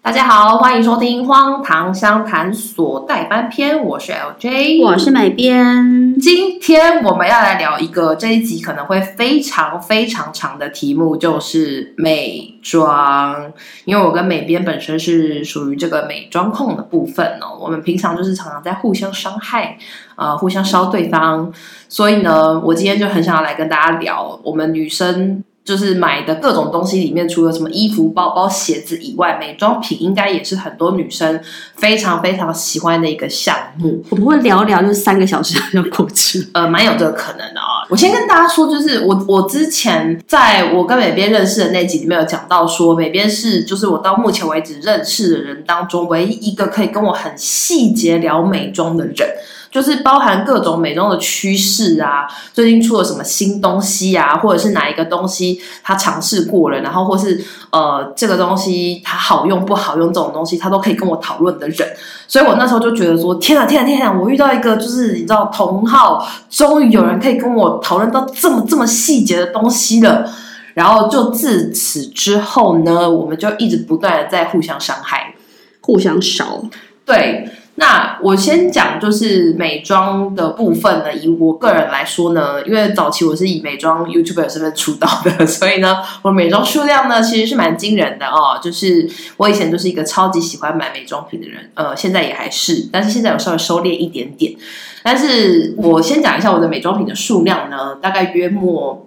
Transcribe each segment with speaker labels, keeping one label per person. Speaker 1: 大家好，欢迎收听《荒唐相谈所》代班篇，我是 LJ，
Speaker 2: 我是美编，
Speaker 1: 今天我们要来聊一个这一集可能会非常非常长的题目，就是美妆。因为我跟美编本身是属于这个美妆控的部分哦，我们平常就是常常在互相伤害，呃，互相烧对方。所以呢，我今天就很想要来跟大家聊，我们女生就是买的各种东西里面，除了什么衣服、包包、鞋子以外，美妆品应该也是很多女生非常非常喜欢的一个项目。
Speaker 2: 我们会聊聊，就是三个小时就过去了。
Speaker 1: 呃，蛮有这个可能的啊、我先跟大家说，就是我我之前在我跟美编认识的那集里面有讲到说，美编是就是我到目前为止认识的人当中唯一一个可以跟我很细节聊美妆的人。就是包含各种美妆的趋势啊，最近出了什么新东西啊，或者是哪一个东西他尝试过了，然后或是呃这个东西它好用不好用这种东西，他都可以跟我讨论的人。所以我那时候就觉得说，天啊天啊天啊！我遇到一个就是你知道同号，终于有人可以跟我讨论到这么这么细节的东西了。然后就自此之后呢，我们就一直不断的在互相伤害。
Speaker 2: 互相烧，
Speaker 1: 对，那我先讲就是美妆的部分呢。以我个人来说呢，因为早期我是以美妆 YouTuber 的身份出道的， 所以呢，我美妆数量呢其实是蛮惊人的哦。就是我以前就是一个超级喜欢买美妆品的人，呃，现在也还是，但是现在有稍微收敛一点点。但是我先讲一下我的美妆品的数量呢，大概约莫。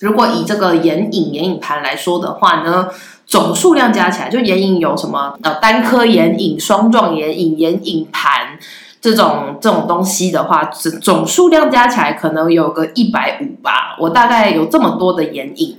Speaker 1: 如果以这个眼影、眼影盘来说的话呢，总数量加起来，就眼影有什么呃单颗眼影、双状眼影、眼影盘这种这种东西的话，总总数量加起来可能有个一百五吧。我大概有这么多的眼影，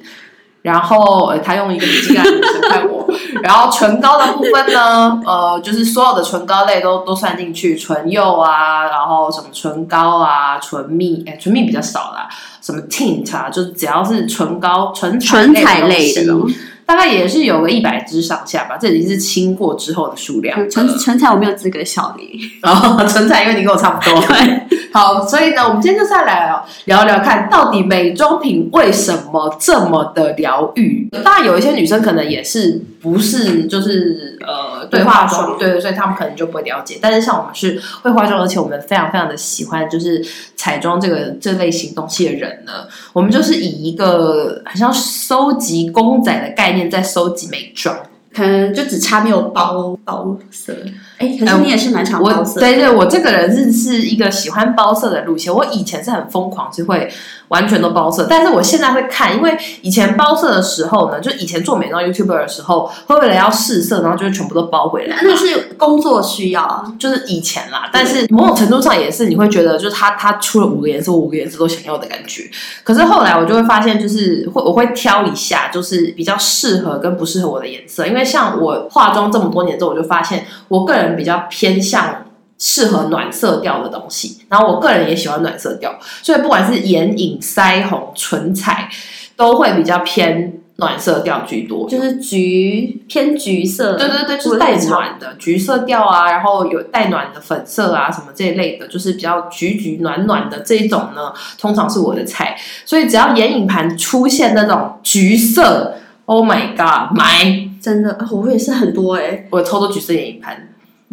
Speaker 1: 然后呃，他用一个笔记杆神看我。 然后唇膏的部分呢，呃，就是所有的唇膏类都都算进去，唇釉啊，然后什么唇膏啊、唇蜜，哎，唇蜜比较少啦，什么 tint 啊，就是只要是唇膏、唇
Speaker 2: 唇彩类
Speaker 1: 的
Speaker 2: 的
Speaker 1: 东西
Speaker 2: 东西，
Speaker 1: 大概也是有个一百支上下吧，这已经是清过之后的数量了。
Speaker 2: 纯纯彩我没有资格笑你。
Speaker 1: 然后唇彩，因为你跟我差不多。 好，所以呢，我们今天就是要来哦聊聊看，到底美妆品为什么这么的疗愈？当然，有一些女生可能也是不是就是呃对化妆，对对，所以她们可能就不会了解。但是像我们是会化妆，而且我们非常非常的喜欢就是彩妆这个这类型东西的人呢，我们就是以一个好像收集公仔的概念在收集美妆。
Speaker 2: 可能就只差没有包包色，哎，可是你也是蛮常
Speaker 1: 我
Speaker 2: 包色的，
Speaker 1: 对对，我这个人是是一个喜欢包色的路线。我以前是很疯狂，是会完全都包色，但是我现在会看，因为以前包色的时候呢，就以前做美妆 YouTuber 的时候，会为了要试色，然后就是全部都包回来。
Speaker 2: 那是工作需要啊。
Speaker 1: 就是以前啦，但是某种程度上也是你会觉得，就是它它出了五个颜色，我五个颜色都想要的感觉。可是后来我就会发现，就是会我会挑一下，就是比较适合跟不适合我的颜色。因为像我化妆这么多年之后，我就发现我个人比较偏向。适合暖色调的东西，然后我个人也喜欢暖色调，所以不管是眼影、腮红、唇彩，都会比较偏暖色调居多。
Speaker 2: 就是橘偏橘色，
Speaker 1: 对对对，就
Speaker 2: 或
Speaker 1: 是
Speaker 2: 者
Speaker 1: 带
Speaker 2: 什么
Speaker 1: 暖的橘色调啊，然后有带暖的粉色啊，什么这一类的，就是比较橘橘暖暖的这一种呢，通常是我的菜。所以只要眼影盘出现那种橘色，Oh my god，买！
Speaker 2: 真的，啊我也是很多哎、
Speaker 1: 我超多橘色眼影盘。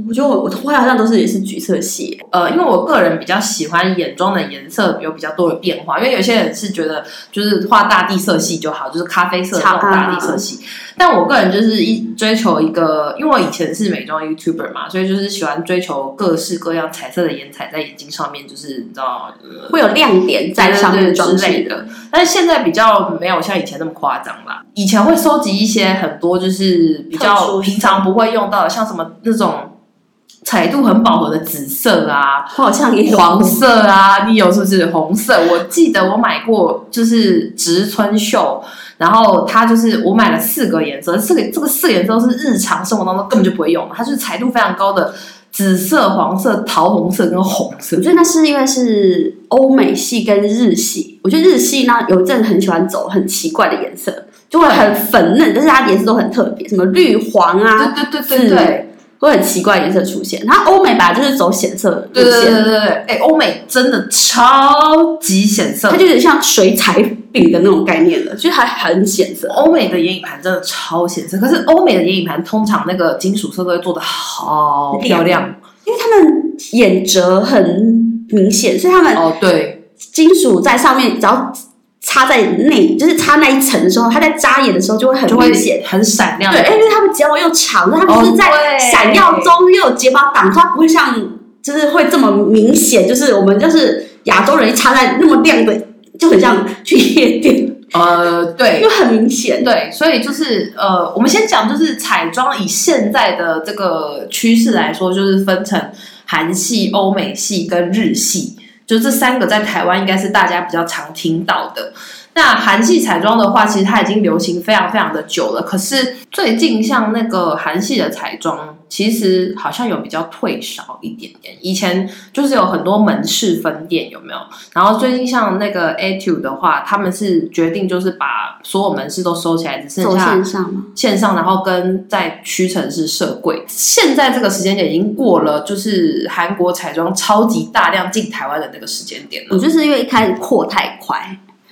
Speaker 2: 我觉得我我头发好像都是也是橘色系、
Speaker 1: 呃，因为我个人比较喜欢眼妆的颜色有比较多的变化，因为有些人是觉得就是画大地色系就好，就是咖啡色的那种大地色系。但我个人就是一追求一个，因为我以前是美妆 YouTuber 嘛，所以就是喜欢追求各式各样彩色的眼彩在眼睛上面，就是你知道，呃
Speaker 2: 会有亮点在上面装饰
Speaker 1: 对对对之类的。但是现在比较没有像以前那么夸张啦。以前会收集一些很多就是比
Speaker 2: 特
Speaker 1: 较
Speaker 2: 殊
Speaker 1: 平常不会用到的，像什么那种彩度很饱和的紫色啊，
Speaker 2: 我好像也有
Speaker 1: 黄色啊，你有是不是红色？我记得我买过，就是植村秀，然后它就是我买了四个颜色，四个这个四个颜色都是日常生活当中根本就不会用的，它就是彩度非常高的紫色、黄色、桃红色跟红色
Speaker 2: 我。觉得那是因为是欧美系跟日系，我觉得日系那有一阵子很喜欢走很奇怪的颜色，就会很粉嫩，但是它的颜色都很特别，什么绿黄啊，
Speaker 1: 对对对对对。
Speaker 2: 会很奇怪的颜色出现。它欧美吧就是走显色路
Speaker 1: 对对对
Speaker 2: 线，
Speaker 1: 对对，哎，欧美真的超级显色
Speaker 2: 它，就有点像水彩饼的那种概念了，就是还很显色。
Speaker 1: 欧美的眼影盘真的超显色，可是欧美的眼影盘通常那个金属色都会做的好漂亮
Speaker 2: 因为他们眼褶很明显，所以他们
Speaker 1: 哦，对，
Speaker 2: 金属在上面，只要插在内，就是插那一层的时候，它在扎眼的时候就会很
Speaker 1: 就会
Speaker 2: 明显。
Speaker 1: 很闪亮。
Speaker 2: 对，因为他们睫毛又长，他们是
Speaker 1: 哦
Speaker 2: 在
Speaker 1: 对
Speaker 2: 闪耀中又有睫毛挡住，它不会像就是会这么明显，就是我们就是亚洲人一插在那么亮的，就很像去夜店，
Speaker 1: 呃，对
Speaker 2: 就很明显。
Speaker 1: 对，所以就是呃，我们先讲就是彩妆以现在的这个趋势来说，就是分成韩系、欧美系跟日系，就这三个在台湾应该是大家比较常听到的。那韩系彩妆的话，其实它已经流行非常非常的久了，可是最近像那个韩系的彩妆，其实好像有比较退烧一点点。以前就是有很多门市分店，有没有？然后最近像那个 Etude 的话，他们是决定就是把所有门市都收起来，只剩
Speaker 2: 走
Speaker 1: 下
Speaker 2: 线上嘛，
Speaker 1: 线上，然后跟在屈臣氏设柜。现在这个时间点已经过了，就是韩国彩妆超级大量进台湾的那个时间点
Speaker 2: 我
Speaker 1: 了。
Speaker 2: 就是因为一开始扩太快，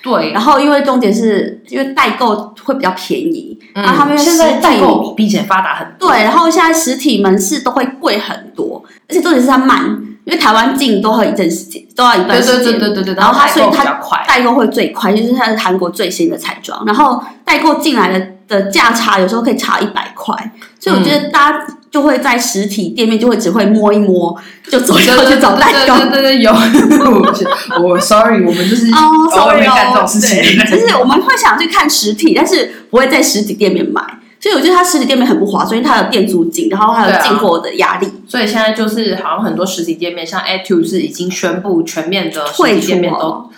Speaker 1: 对
Speaker 2: 然，后因为重点是因为代购会比较便宜，然后他们
Speaker 1: 嗯
Speaker 2: 又
Speaker 1: 现在
Speaker 2: 实
Speaker 1: 代
Speaker 2: 体
Speaker 1: 购比以前发达很多。
Speaker 2: 对，然后现在实体门市都会贵很多，而且重点是它慢，因为台湾进都会一阵时间，都要一段
Speaker 1: 对
Speaker 2: 时间。
Speaker 1: 对对对对对，
Speaker 2: 然后它
Speaker 1: 代
Speaker 2: 所以
Speaker 1: 购比
Speaker 2: 它
Speaker 1: 较快。
Speaker 2: 代购会最快，就是它是韩国最新的彩妆，然后代购进来的的价差有时候可以差一百块，所以我觉得大家就会在实体店面就会只会摸一摸就走掉去 找代购。
Speaker 1: 对对对，有。我我 sorry，我们就是
Speaker 2: 哦
Speaker 1: 偶尔
Speaker 2: ，sorry
Speaker 1: 会干这
Speaker 2: 哦
Speaker 1: 种，事情
Speaker 2: 对，就是我们会想去看实体，但是不会在实体店面买，所以我觉得它实体店面很不划算，因为它有店租金，然后还
Speaker 1: 对
Speaker 2: 有
Speaker 1: 啊
Speaker 2: 进货的压力。
Speaker 1: 所以现在就是好像很多实体店面，像 Etude 是已经宣布全面的实
Speaker 2: 退
Speaker 1: 体
Speaker 2: 出
Speaker 1: 店面都
Speaker 2: 哦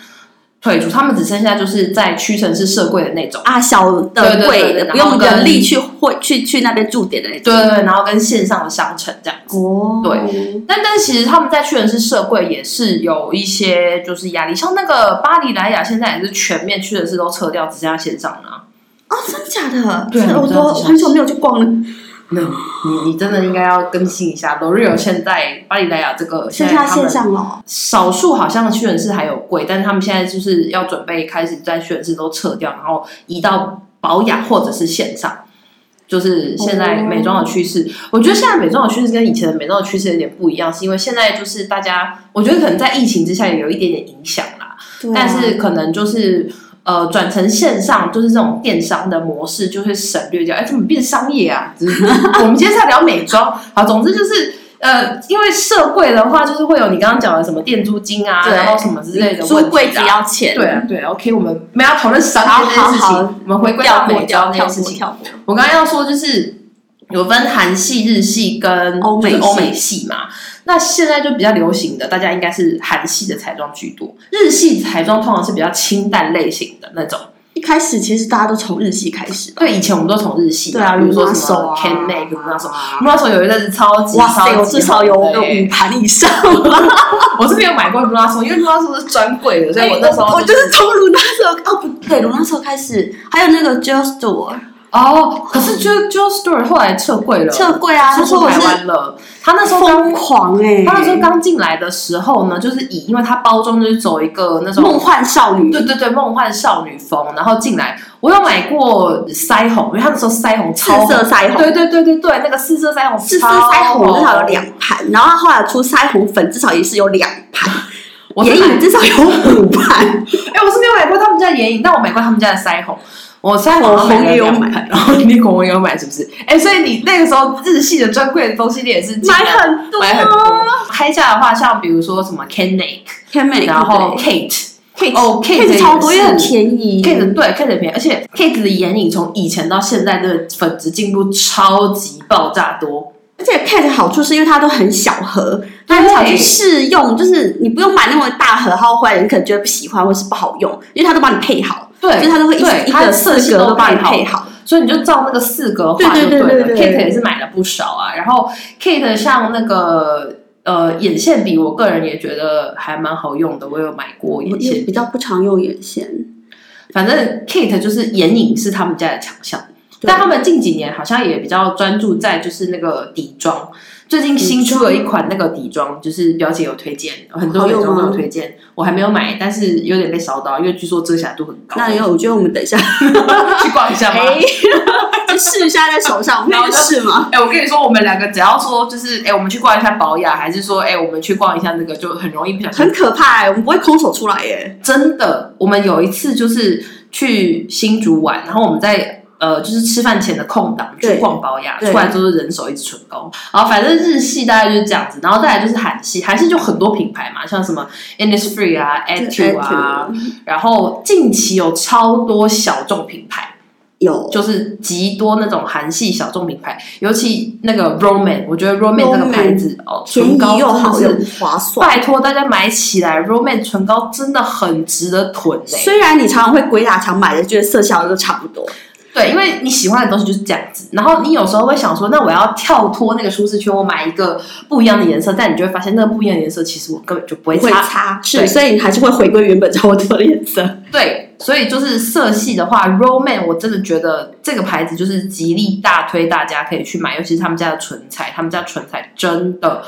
Speaker 1: 退出，他们只剩下就是在屈臣氏设柜的那种。
Speaker 2: 啊，小的
Speaker 1: 对对
Speaker 2: 贵
Speaker 1: 对对
Speaker 2: 的，
Speaker 1: 然
Speaker 2: 不用
Speaker 1: 后跟
Speaker 2: 人力去会去去那边驻点的那
Speaker 1: 对
Speaker 2: 种。
Speaker 1: 对对，然后跟线上的商城这样子。
Speaker 2: 哦，对，
Speaker 1: 但但其实他们在屈臣氏设柜也是有一些就是压力，像那个巴黎莱雅现在也是全面屈臣氏都撤掉，只剩下线上了、啊。
Speaker 2: 哦，真的假的？
Speaker 1: 对啊
Speaker 2: 是
Speaker 1: 我
Speaker 2: 我
Speaker 1: 不知道
Speaker 2: 都
Speaker 1: 这消息
Speaker 2: 很久没有去逛了，
Speaker 1: 那你你真的应该要更新一下 L'Oreal 现在巴黎莱雅这个现
Speaker 2: 剩
Speaker 1: 在
Speaker 2: 下
Speaker 1: 他
Speaker 2: 嗯线
Speaker 1: 们
Speaker 2: 上了。
Speaker 1: 少数好像屈臣氏还有贵，但是他们现在就是要准备开始在屈臣氏都撤掉，然后移到保养或者是线上。就是现在
Speaker 2: 哦
Speaker 1: 美妆的趋势，我觉得现在美妆的趋势跟以前的美妆的趋势有点不一样，是因为现在就是大家，我觉得可能在疫情之下也有一点点影响啦，
Speaker 2: 对啊
Speaker 1: 但是可能就是呃转成线上，就是这种电商的模式就会省略掉。哎，怎么变商业啊？就是 我们今天是要聊美妆，好，总之就是呃，因为社柜的话，就是会有你刚刚讲的什么店租金啊，
Speaker 2: 对
Speaker 1: 然后什么之类的问
Speaker 2: 租
Speaker 1: 题
Speaker 2: 柜只
Speaker 1: 啊。
Speaker 2: 要钱，
Speaker 1: 对啊，对啊，OK，我们没有要讨论商
Speaker 2: 好
Speaker 1: 业这
Speaker 2: 好
Speaker 1: 件事情，
Speaker 2: 好，
Speaker 1: 我们回归
Speaker 2: 跳
Speaker 1: 到
Speaker 2: 过
Speaker 1: 美
Speaker 2: 跳
Speaker 1: 妆这
Speaker 2: 跳
Speaker 1: 件事
Speaker 2: 过
Speaker 1: 情。
Speaker 2: 跳过。
Speaker 1: 我刚刚要说就是有分韩系、日系跟
Speaker 2: 欧美系
Speaker 1: 就是欧美系嘛。那现在就比较流行的，大家应该是韩系的彩妆居多，日系彩妆通常是比较清淡类型的那种。
Speaker 2: 一开始其实大家都从日系开始吧。
Speaker 1: 对，以前我们都从日系嘛，
Speaker 2: 对啊，
Speaker 1: 比如说什
Speaker 2: 手
Speaker 1: 么
Speaker 2: 啊
Speaker 1: Can n a k 那什么。
Speaker 2: 啊
Speaker 1: Munaso 有一阵子超级
Speaker 2: 哇塞，
Speaker 1: 超
Speaker 2: 我
Speaker 1: 级
Speaker 2: 至少有
Speaker 1: 红
Speaker 2: 个
Speaker 1: 的耶
Speaker 2: 五盘以上。
Speaker 1: 我是没有买过 Munaso，因为 Munaso 是专柜的，所以我那时候
Speaker 2: 哎我就是从卢那时候哦不对，卢那时候开始，还有那个 Gel Store
Speaker 1: 哦，可是 Jo Jo Store 后来撤柜了，
Speaker 2: 撤柜啊，
Speaker 1: 撤
Speaker 2: 那时候
Speaker 1: 出
Speaker 2: 我
Speaker 1: 台
Speaker 2: 是
Speaker 1: 湾了。他那时候刚
Speaker 2: 疯狂哎、
Speaker 1: 他那时候刚进来的时候呢，就是以因为他包装就是走一个那种
Speaker 2: 梦，幻少女，
Speaker 1: 对对对，梦幻少女风，然后进来，我有买过腮红，因为他那时候腮红
Speaker 2: 四
Speaker 1: 超红
Speaker 2: 色腮红，
Speaker 1: 对对对对对，那个四色腮红，
Speaker 2: 四色腮红至少有，两盘，然后它后来出腮红粉至少也是有两盘，
Speaker 1: 我是
Speaker 2: 眼
Speaker 1: 买
Speaker 2: 影，至少有五盘，
Speaker 1: 哎，我是没有买过他们家的眼影，但我买过他们家的腮红。我腮红好像买了两盘，然后你口红也有买是不是？哎，所以你那个时候日系的专柜的东西你也是进
Speaker 2: 买
Speaker 1: 来
Speaker 2: 很 多，
Speaker 1: 买很多。开价的话，像比如说什么 Can Nake，
Speaker 2: 天美，
Speaker 1: 然后 Kate，
Speaker 2: Kate
Speaker 1: 哦 Kate 也
Speaker 2: Kate 超多，
Speaker 1: 是
Speaker 2: 也很便宜
Speaker 1: Kate 对 Kate 的便宜，而且 Kate 的眼影从以前到现在的粉质进步超级爆炸多，
Speaker 2: 而且 Kate 的好处是因为它都很小盒，它很少去试用，就是你不用买那么大盒，然后回来你可能觉得不喜欢或是不好用，因为它都帮你配好，所以
Speaker 1: 对，
Speaker 2: 它都会一
Speaker 1: 对
Speaker 2: 一
Speaker 1: 它
Speaker 2: 个
Speaker 1: 的色
Speaker 2: 四
Speaker 1: 系
Speaker 2: 格都帮你
Speaker 1: 配
Speaker 2: 配好。
Speaker 1: 所以你就照那个四格画
Speaker 2: 对
Speaker 1: 就
Speaker 2: 对
Speaker 1: 了。
Speaker 2: 对对对
Speaker 1: Kate 也是买了不少啊，然后 Kate 像那个呃眼线笔，我个人也觉得还蛮好用的，我有买过
Speaker 2: 我
Speaker 1: 眼
Speaker 2: 也
Speaker 1: 线
Speaker 2: 比
Speaker 1: 笔。
Speaker 2: 较不常用眼线，
Speaker 1: 反正 Kate 就是眼影是他们家的强项，
Speaker 2: 对
Speaker 1: 但他们近几年好像也比较专注在就是那个底妆。最近新出了一款那个底妆，就是表姐有推荐，很多
Speaker 2: 好
Speaker 1: 美
Speaker 2: 用
Speaker 1: 妆都有
Speaker 2: 吗
Speaker 1: 推荐，我还没有买，但是有点被烧到，因为据说遮瑕度很高。
Speaker 2: 那因为我觉得我们等一下
Speaker 1: 去逛一下吗？
Speaker 2: 哎， 就试一下在手上，
Speaker 1: 然后
Speaker 2: 那个试吗？
Speaker 1: 哎、我跟你说，我们两个只要说就是，哎、我们去逛一下保养，还是说，哎、我们去逛一下那个，就很容易不小
Speaker 2: 很
Speaker 1: 心。
Speaker 2: 可怕哎，我们不会空手出来耶。
Speaker 1: 真的，我们有一次就是去新竹玩，然后我们在呃，就是吃饭前的空档去
Speaker 2: 对
Speaker 1: 逛保养，
Speaker 2: 对
Speaker 1: 出来之后人手一支唇膏。然后反正日系大概就是这样子，然后再来就是韩系，韩系就很多品牌嘛，像什么 Innisfree 啊、Etude 啊，然后近期有超多小众品牌。
Speaker 2: 有
Speaker 1: 就是极多那种韩系小众品牌，尤其那个 Roman，我觉得 Roman 这个
Speaker 2: Roman
Speaker 1: 牌子哦，
Speaker 2: 便
Speaker 1: 唇
Speaker 2: 宜
Speaker 1: 膏
Speaker 2: 又好
Speaker 1: 真
Speaker 2: 又
Speaker 1: 的是，
Speaker 2: 划算。
Speaker 1: 拜托大家买起来，Roman 唇膏真的很值得囤嘞、
Speaker 2: 虽然你常常会鬼打墙买的，觉得色效都差不多，
Speaker 1: 对，因为你喜欢的东西就是这样子，然后你有时候会想说，那我要跳脱那个舒适圈，我买一个不一样的颜色，但你就会发现那个不一样的颜色其实我根本就不会
Speaker 2: 不会
Speaker 1: 擦。
Speaker 2: 擦，
Speaker 1: 对
Speaker 2: 是，所以你还是会回归原本差不多的颜色。
Speaker 1: 对，所以就是色系的话，Roman 我真的觉得这个牌子就是极力大推，大家可以去买，尤其是他们家的唇彩，他们家唇彩真的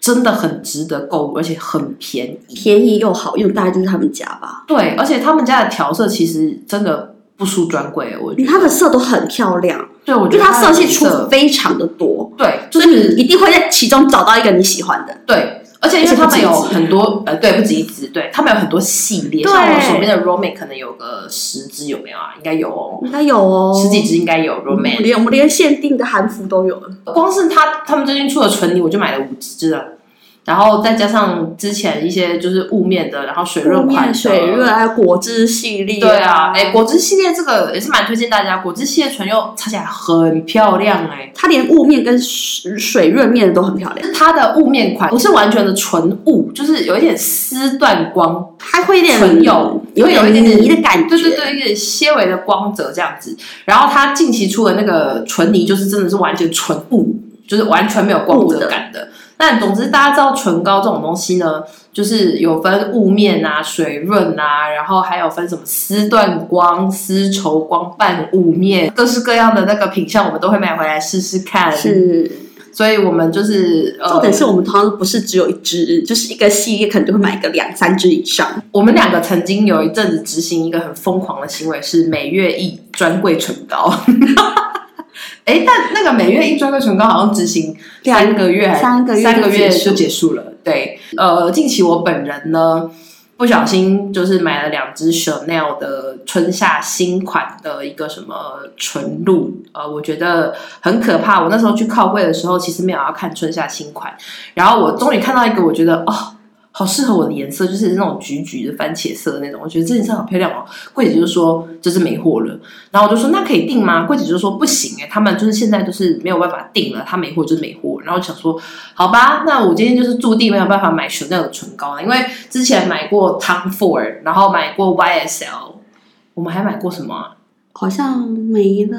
Speaker 1: 真的很值得购物，而且很便宜。
Speaker 2: 便宜又好用，大概就是他们家吧。
Speaker 1: 对，而且他们家的调色其实真的不输专柜，我觉得。
Speaker 2: 嗯它的色都很漂亮，
Speaker 1: 对，我
Speaker 2: 因
Speaker 1: 觉
Speaker 2: 为
Speaker 1: 得
Speaker 2: 它
Speaker 1: 它
Speaker 2: 色
Speaker 1: 的
Speaker 2: 系
Speaker 1: 颜
Speaker 2: 出
Speaker 1: 色
Speaker 2: 非常嗯的多，
Speaker 1: 对，就
Speaker 2: 所以
Speaker 1: 是
Speaker 2: 你一定会在其中找到一个你喜欢的。
Speaker 1: 对，而且因为
Speaker 2: 而且
Speaker 1: 他们
Speaker 2: 不止一
Speaker 1: 有
Speaker 2: 支
Speaker 1: 很多呃，对，不止一支，对他们有很多系列，
Speaker 2: 对
Speaker 1: 像我手边的 Roman 可能有个十支，有没有啊？应该有哦，
Speaker 2: 应该有哦，
Speaker 1: 十几支应该有
Speaker 2: 我
Speaker 1: Roman。
Speaker 2: 们连我们连限定的韩服都有了，
Speaker 1: 光是他他们最近出的唇泥，我就买了五支了，然后再加上之前一些就是雾面的，然后水润
Speaker 2: 雾
Speaker 1: 款的
Speaker 2: 面水润，。还有果汁系列、
Speaker 1: 对啊，
Speaker 2: 啊，
Speaker 1: 哎、果汁系列这个也是蛮推荐大家，果汁系列唇釉擦起来很漂亮哎、
Speaker 2: 它连雾面跟水水润面的都很漂亮，
Speaker 1: 它的雾面款不是完全的纯雾，就是有一点丝缎光，
Speaker 2: 它会有点
Speaker 1: 唇釉
Speaker 2: 有
Speaker 1: 会有一点点
Speaker 2: 泥的感觉，
Speaker 1: 对对对，有点些微的光泽这样子。然后它近期出的那个唇泥，就是真的是完全纯雾，就是完全没有光泽感的。但总之，大家知道唇膏这种东西呢，就是有分雾面啊、水润啊，然后还有分什么丝缎光、丝绸光、半雾面，各式各样的那个品相，我们都会买回来试试看。，
Speaker 2: 是。
Speaker 1: 所以我们就是呃，
Speaker 2: 重点是我们通常不是只有一支，就是一个系列可能就会买个两三支以上。
Speaker 1: 我们两个曾经有一阵子执行一个很疯狂的行为，是每月一专柜唇膏。 哎，但那个每月一专柜唇膏好像执行
Speaker 2: 两
Speaker 1: 三个月还，
Speaker 2: 三个月
Speaker 1: 三个月
Speaker 2: 就结束
Speaker 1: 就结束了。对，呃，近期我本人呢，不小心就是买了两支 Chanel 的春夏新款的一个什么唇露，呃，我觉得很可怕。我那时候去靠柜的时候，其实没有要看春夏新款，然后我终于看到一个，我觉得哦。好适合我的颜色，就是那种橘橘的番茄色的那种。我觉得这件色好漂亮哦。柜姐就说这是没货了，然后我就说那可以订吗？柜姐就说不行哎、他们就是现在就是没有办法订了，他没货就是没货。然后我想说好吧，那我今天就是注定没有办法买 Chanel 的唇膏了，因为之前买过 Tom Ford，然后买过 YSL，我们还买过什么、啊？
Speaker 2: 好像没了，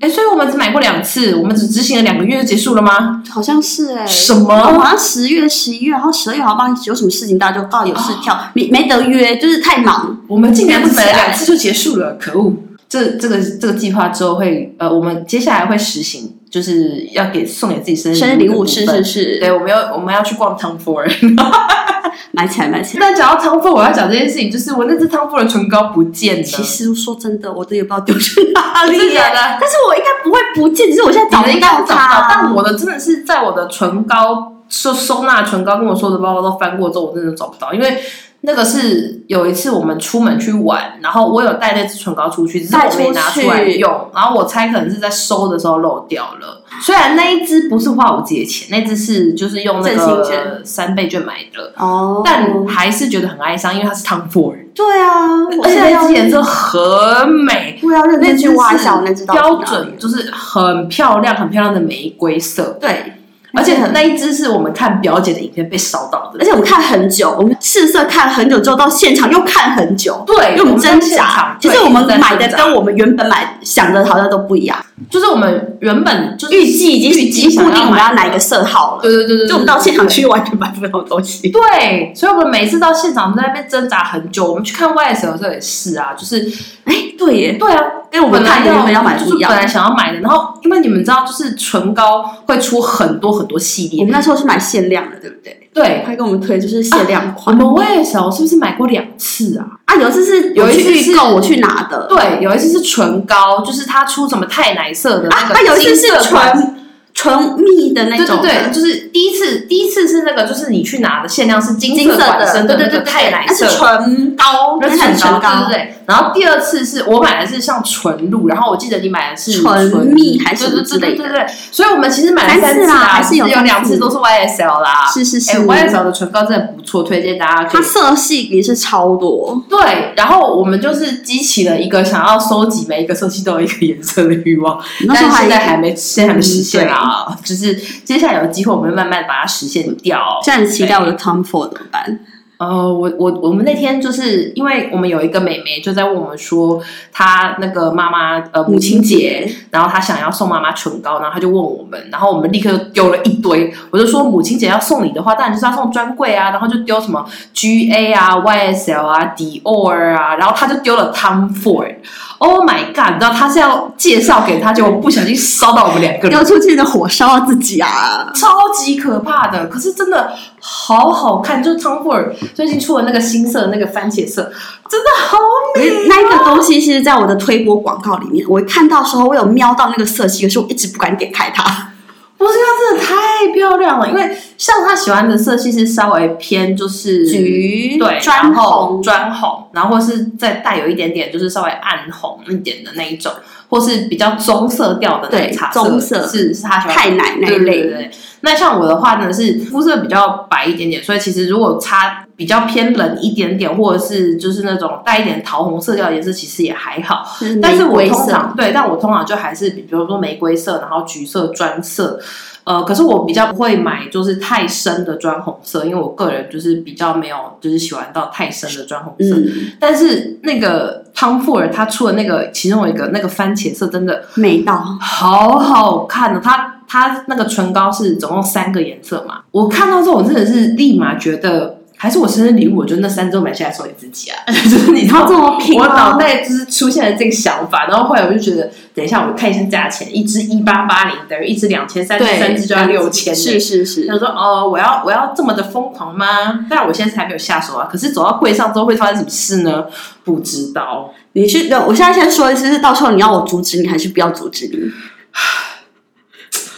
Speaker 1: 哎，所以我们只买过两次，我们只执行了两个月就结束了吗？
Speaker 2: 好像是哎、
Speaker 1: 什
Speaker 2: 我
Speaker 1: 么？
Speaker 2: 好像十月、十一月，然后十二月好像帮你有什么事情，大家就到底有事跳，没没得约，就是太忙。
Speaker 1: 我们竟然只买了两次就结束了，可恶！这这个这个计划之后会呃，我们接下来会实行，就是要给送给自己生
Speaker 2: 生日
Speaker 1: 礼
Speaker 2: 礼物
Speaker 1: 的部
Speaker 2: 是
Speaker 1: 分
Speaker 2: 是是，
Speaker 1: 对，我们要我们要去逛 Tom Ford。
Speaker 2: 买起来买起来。
Speaker 1: 但讲到 Tom Ford，我要讲这件事情，就是我那支 Tom Ford 的唇膏不见了，
Speaker 2: 其实说真的，我都也不知道丢去哪 里
Speaker 1: 真的
Speaker 2: 耶，
Speaker 1: 假的
Speaker 2: 啊但是我应该不会不见，只是我现在
Speaker 1: 找
Speaker 2: 找
Speaker 1: 不
Speaker 2: 不
Speaker 1: 到
Speaker 2: 嗯到
Speaker 1: 找不到，但
Speaker 2: 它。
Speaker 1: 我的真的是在我的唇膏收收纳唇膏跟我说的包包都翻过之后，我真的找不到，因为那个是有一次我们出门去玩，然后我有带那支唇膏出去，只是我没拿出来
Speaker 2: 带出去
Speaker 1: 用，然后我猜可能是在收的时候漏掉了。虽然那一支不是花我自己的钱，那支是就是用那
Speaker 2: 振兴
Speaker 1: 个
Speaker 2: 券
Speaker 1: 三倍券买的，
Speaker 2: 哦
Speaker 1: 但还是觉得很哀伤，因为它是 Tom Ford，
Speaker 2: 对啊，我
Speaker 1: 而且
Speaker 2: 现在
Speaker 1: 那
Speaker 2: 要
Speaker 1: 支颜色很美，
Speaker 2: 我要认
Speaker 1: 那
Speaker 2: 真
Speaker 1: 支
Speaker 2: 去挖一下，我那
Speaker 1: 是
Speaker 2: 知道
Speaker 1: 标准，就是很漂亮、很漂亮的玫瑰色。嗯
Speaker 2: 对，
Speaker 1: 而且那一只是我们看表姐的影片被烧到的
Speaker 2: 嗯而，且我们看很久，我们试色看很久之后，到现场又看很久，
Speaker 1: 对
Speaker 2: 因为我们挣
Speaker 1: 我们在现
Speaker 2: 扎
Speaker 1: 场。
Speaker 2: 其实
Speaker 1: 对
Speaker 2: 我们
Speaker 1: 一直在
Speaker 2: 买的
Speaker 1: 挣扎
Speaker 2: 跟我们原本买想的好像都不一样，
Speaker 1: 就是我们原本就是
Speaker 2: 预计已经
Speaker 1: 预
Speaker 2: 已
Speaker 1: 计
Speaker 2: 经
Speaker 1: 想
Speaker 2: 固定我们
Speaker 1: 买
Speaker 2: 要哪一个色号了，
Speaker 1: 对对对对，
Speaker 2: 就我们到现场去完全买不到东西。
Speaker 1: 对，所以我们每次到现场都在那边挣扎很久。我们去看 YSL 的时候也是啊，就是
Speaker 2: 哎，对耶，
Speaker 1: 对啊，
Speaker 2: 跟我们看的原本要买
Speaker 1: 就是
Speaker 2: 不一样
Speaker 1: 本。来想要买的，然后因为你们知道，就是唇膏会出很多很多系
Speaker 2: 我
Speaker 1: 列，
Speaker 2: 们那时候是买限量的，对不对？
Speaker 1: 对。啊
Speaker 2: 他给我们推就是限量
Speaker 1: 我
Speaker 2: 款
Speaker 1: 们 YSL 是不是买过两次啊？
Speaker 2: 啊，有一次是
Speaker 1: 有一次
Speaker 2: 我去预购，
Speaker 1: 是
Speaker 2: 我去拿的
Speaker 1: 对，有一次是唇膏，就是它出什么太奶色的
Speaker 2: 啊
Speaker 1: 那，个
Speaker 2: 那有一次
Speaker 1: 金
Speaker 2: 是
Speaker 1: 色款
Speaker 2: 纯纯蜜的那
Speaker 1: 对
Speaker 2: 种
Speaker 1: 对
Speaker 2: 的，
Speaker 1: 对，就是第一次，第一次是那个，就是你去拿的限量是金
Speaker 2: 金色
Speaker 1: 款
Speaker 2: 的，
Speaker 1: 身
Speaker 2: 对
Speaker 1: 的
Speaker 2: 对
Speaker 1: 那
Speaker 2: 对
Speaker 1: 个
Speaker 2: 对，
Speaker 1: 太奶
Speaker 2: 那是
Speaker 1: 色，
Speaker 2: 唇膏，
Speaker 1: 那
Speaker 2: 那是唇
Speaker 1: 膏，
Speaker 2: 膏
Speaker 1: 对对，对。然后第二次是我买的是像纯露，然后我记得你买的是
Speaker 2: 唇蜜还是
Speaker 1: 对
Speaker 2: 什么
Speaker 1: 对
Speaker 2: 之
Speaker 1: 对
Speaker 2: 类
Speaker 1: 对
Speaker 2: 的
Speaker 1: 对对。所以我们其实买了
Speaker 2: 三次
Speaker 1: 次
Speaker 2: 啦
Speaker 1: 啊，
Speaker 2: 还是有
Speaker 1: 有
Speaker 2: 三
Speaker 1: 两
Speaker 2: 次
Speaker 1: 次都是 YSL 啦。
Speaker 2: 是是是
Speaker 1: 哎，YSL 的唇膏真的不错，推荐大家可
Speaker 2: 它
Speaker 1: 以。
Speaker 2: 色系也是超多，
Speaker 1: 对，然后我们就是激起了一个想要收集每一个色系都有一个颜色的欲望，
Speaker 2: 那时
Speaker 1: 但
Speaker 2: 候
Speaker 1: 是
Speaker 2: 还
Speaker 1: 现在还没，现在还没实现啊。就是接下来有机会，我们会慢慢把它实现掉。
Speaker 2: 现在很期待我的 Tom Ford 怎么办？
Speaker 1: 呃，我我我们那天就是因为我们有一个妹妹就在问我们说，她那个妈妈呃母亲节，然后她想要送妈妈唇膏，然后她就问我们，然后我们立刻就丢了一堆，我就说母亲节要送你的话，当然就是要送专柜啊，然后就丢什么 GA 啊、YSL 啊、Dior 啊，然后她就丢了 Tom Ford。Oh my god！你知道她是要介绍给她，结果不小心烧到我们两个人
Speaker 2: 要。出去的火烧到自 己啊！
Speaker 1: 超级可怕的，可是真的好好看，就是汤普尔最近出了那个新色，那个番茄色，真的好
Speaker 2: 可是那一个东西是在我的推播广告里面，我一看到的时候，我有瞄到那个色系，可是我一直不敢点开它。
Speaker 1: 不是它真的太漂亮了，因为像他喜欢的色系是稍微偏就是
Speaker 2: 橘
Speaker 1: 嗯对，
Speaker 2: 砖
Speaker 1: 然后
Speaker 2: 红
Speaker 1: 砖红，然后或是再带有一点点就是稍微暗红一点的那一种，或是比较棕色调的奶
Speaker 2: 对
Speaker 1: 茶
Speaker 2: 棕色
Speaker 1: 是是他喜欢
Speaker 2: 太奶那一
Speaker 1: 对对对
Speaker 2: 类，
Speaker 1: 对。那像我的话呢，是肤色比较白一点点，所以其实如果擦比较偏冷一点点，或者是就是那种带一点桃红色调的颜色，其实也还好。
Speaker 2: 就是
Speaker 1: 但是我
Speaker 2: 玫瑰
Speaker 1: 通
Speaker 2: 色
Speaker 1: 常对，但我通常就还是比如说玫瑰色，然后橘色、砖色。呃，可是我比较不会买就是太深的砖红色，因为我个人就是比较没有就是喜欢到太深的砖红色。
Speaker 2: 嗯，
Speaker 1: 但是那个汤富尔他出的那个其中有一个那个番茄色真的
Speaker 2: 美到
Speaker 1: 好好看哦！它它那个唇膏是总共三个颜色嘛，我看到之后我真的是立马觉得，还是我生日礼物，我就那三周买下来送给自己啊， 就是你知道
Speaker 2: 这么啊拼
Speaker 1: 我
Speaker 2: 吗
Speaker 1: 脑袋就是出现了这个想法，然后后来我就觉得，等一下我看一下价钱，一支一八八零等于一支两千三，
Speaker 2: 对，
Speaker 1: 三支就要六千，
Speaker 2: 是。是是
Speaker 1: 他，说：“哦，我要我要这么的疯狂吗？但我现在是还没有下手啊。可是走到柜上之后会发生什么事呢？不知道。
Speaker 2: 你去，我现在先说，就是到时候你要我阻止你，还是不要阻止你？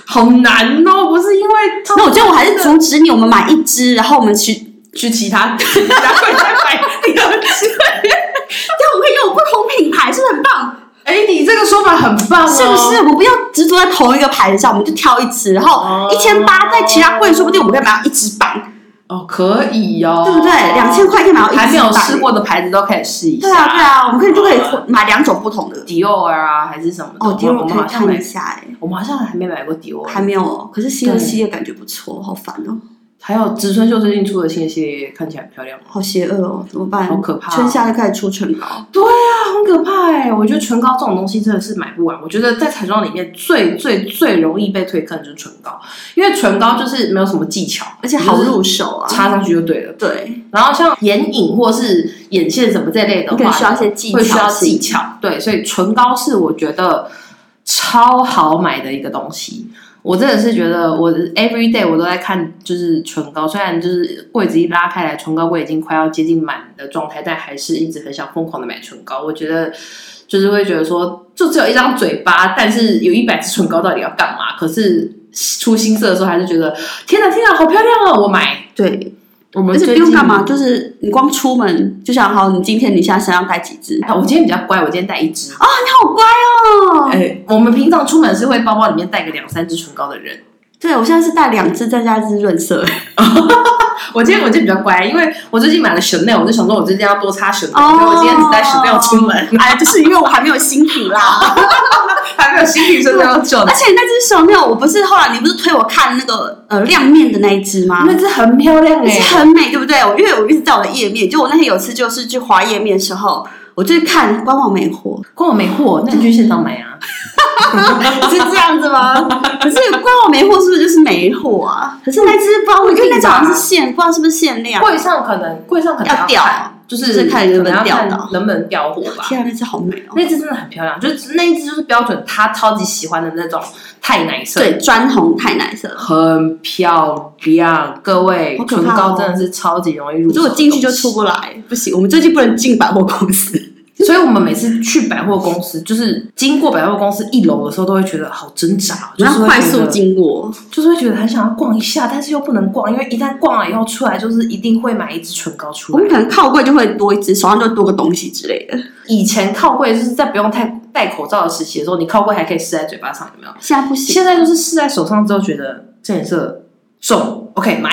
Speaker 1: 好难哦，不是因为
Speaker 2: 那我觉得我还是阻止你，我们买一支，然后我们去，这
Speaker 1: 去其他其他柜再买第二支。
Speaker 2: 样我们可以用不同品牌，是不是很棒？
Speaker 1: 哎，你这个说法很棒、哦，
Speaker 2: 是不是？？我们不要执着在同一个牌子上，我们就挑一支，然后
Speaker 1: 哦
Speaker 2: 一千八在其他柜，说不定我们可以买到一支半，
Speaker 1: 哦，可以哦，
Speaker 2: 对不对？两千块可以买到一支半，
Speaker 1: 还没有试。过的牌子都可以试一下。
Speaker 2: 对啊，对啊，我们可以就可以买两种不同的。
Speaker 1: 迪奥啊，还是什么的？
Speaker 2: 哦，第
Speaker 1: 我
Speaker 2: 二
Speaker 1: 们
Speaker 2: 我
Speaker 1: 我们
Speaker 2: 可以
Speaker 1: 好像
Speaker 2: 看一
Speaker 1: 没，
Speaker 2: 下，哎，
Speaker 1: 我们好像还没买过迪奥。
Speaker 2: 还没有哦。可是新的系列感觉不错，好烦哦，
Speaker 1: 还有植村秀最近出的新的系列看起来很漂亮哦。
Speaker 2: 好邪恶哦，怎么办？
Speaker 1: 好可怕哦
Speaker 2: 春夏就开始出唇膏。
Speaker 1: 啊很可怕哎、我觉得唇膏这种东西真的是买不完。我觉得在彩妆里面最最最容易被推坑的就是唇膏，因为唇膏就是没有什么技巧，
Speaker 2: 而且好入手啊。
Speaker 1: 擦上去就对了。
Speaker 2: 对，
Speaker 1: 然后像眼影或是眼线什么这类的
Speaker 2: 你
Speaker 1: 话，
Speaker 2: 可能需要一些技巧
Speaker 1: 会需要
Speaker 2: 性
Speaker 1: 技巧。对，所以唇膏是我觉得超好买的一个东西。我真的是觉得我 every day 我都在看，就是唇膏，虽然就是柜子一拉开来，唇膏柜已经快要接近满的状态，但还是一直很想疯狂的买唇膏。我觉得就是会觉得说，就只有一张嘴巴，但是有一百支唇膏到底要干嘛？可是出新色的时候，还是觉得天哪天哪，好漂亮哦！我买。
Speaker 2: 对，
Speaker 1: 我们
Speaker 2: 而且不
Speaker 1: 最
Speaker 2: 用
Speaker 1: 近
Speaker 2: 干嘛，就是你光出门就想好，你今天你现在身上带几支？
Speaker 1: 啊，我今天比较乖，我今天带一支。
Speaker 2: 你好乖哦！
Speaker 1: 哎，我们平常出门是会包包里面带个两三支唇膏的人。
Speaker 2: 对我现在是带两支，再加一支润 色。
Speaker 1: 我今天我今天比较乖，因为我最近买了 Chanel，我就想说我最近要多擦 Chanel，、
Speaker 2: 哦 哎
Speaker 1: 所以我今天只带 Chanel 出门。
Speaker 2: 哎，就是因为我还没有新品啦。
Speaker 1: 还没有新女生那么久呢
Speaker 2: 而。且那只小鸟，我不是后来你不是推我看那个呃亮面 的那一只吗？
Speaker 1: 那只很漂亮哎、
Speaker 2: 是很美，对不对？我因为我一直在我的页面，就我那天有一次就是去滑页面的时候，我就去看官网没货，
Speaker 1: 光我没货，那你去现场买 啊。
Speaker 2: 是这样子吗？可是官网没货是不是就是没货啊？可是那只不知道，我觉得那只好像是限，不知道是不是限量。
Speaker 1: 柜上可能柜上可能
Speaker 2: 要掉
Speaker 1: 看，就是
Speaker 2: 看能不能
Speaker 1: 可要看
Speaker 2: 掉到
Speaker 1: 能不能调火吧。
Speaker 2: 天啊，那只好美哦！
Speaker 1: 那只真的很漂亮，就是那一只就是标准他超级喜欢的那种太奶色，
Speaker 2: 对，砖红太奶色了，
Speaker 1: 很漂亮。各位，
Speaker 2: 好可
Speaker 1: 唇
Speaker 2: 怕哦
Speaker 1: 膏真的是超级容易入
Speaker 2: 我觉
Speaker 1: 手，
Speaker 2: 得我进去就出。不来，不行，我们最近不能进百货公司。
Speaker 1: 所以我们每次去百货公司，就是经过百货公司一楼的时候，都会觉得好挣扎哦，就
Speaker 2: 然
Speaker 1: 是
Speaker 2: 后
Speaker 1: 会
Speaker 2: 快
Speaker 1: 觉
Speaker 2: 速
Speaker 1: 得
Speaker 2: 经过，
Speaker 1: 就是会觉得很想要逛一下，但是又不能逛，因为一旦逛了以后出来，就是一定会买一支唇膏出
Speaker 2: 我们
Speaker 1: 来。
Speaker 2: 可能靠柜就会多一只，手上就多个东西之类的。
Speaker 1: 以前靠柜就是在不用太戴口罩的时期的时候，你靠柜还可以试在嘴巴上，有没有？
Speaker 2: 现在不行，
Speaker 1: 现在就是试在手上之后，觉得这颜色重，OK 买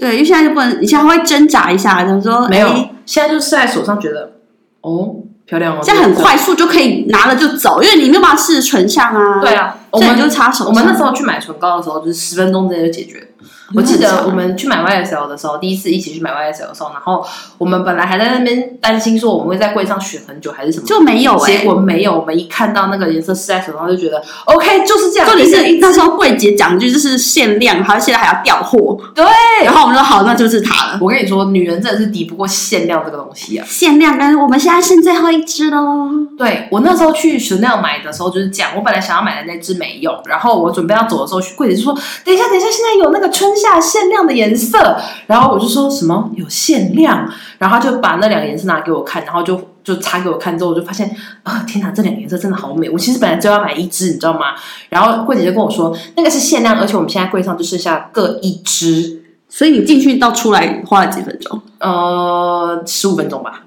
Speaker 2: 对，因为现在就不能，你现在会挣扎一下，想说
Speaker 1: 没有
Speaker 2: 哎？
Speaker 1: 现在就是试在手上，觉得哦漂亮哦，
Speaker 2: 这样很快速就可以拿了就走，因为你没有办法试唇相啊。
Speaker 1: 对，啊，我
Speaker 2: 所以
Speaker 1: 们
Speaker 2: 你就擦手上。嗯
Speaker 1: 我们那时候去买唇膏的时候，就是十分钟之内就解决。我记得我们去买 YSL 的时候，第一次一起去买 YSL 的时候，然后我们本来还在那边担心说我们会在柜上选很久还是什么，
Speaker 2: 就没有哎、
Speaker 1: 结果没有。我们一看到那个颜色试在手上，就觉得哦 OK 就是这样。
Speaker 2: 重点
Speaker 1: 一
Speaker 2: 是
Speaker 1: 直
Speaker 2: 那时候柜姐讲一句就是限量，还有现在还要调货，
Speaker 1: 对，
Speaker 2: 然后我们说好，那就是它了。
Speaker 1: 我跟你说，女人真的是敌不过限量这个东西啊。
Speaker 2: 限量，但是我们现在剩最后一只喽。
Speaker 1: 对我那时候去 Chanel 买的时候就是这样，我本来想要买的那只没有，然后我准备要走的时候，柜姐就说：“等一下，等一下，现在有那个春夏限量的颜色。”然后我就说什么有限量，然后她就把那两个颜色拿给我看，然后就就擦给我看之后，我就发现啊、天哪，这两个颜色真的好美！我其实本来就要买一只，你知道吗？然后柜姐就跟我说，那个是限量，而且我们现在柜上就剩下各一只，
Speaker 2: 所以你进去到出来花了几分钟？
Speaker 1: 呃，十五分钟吧，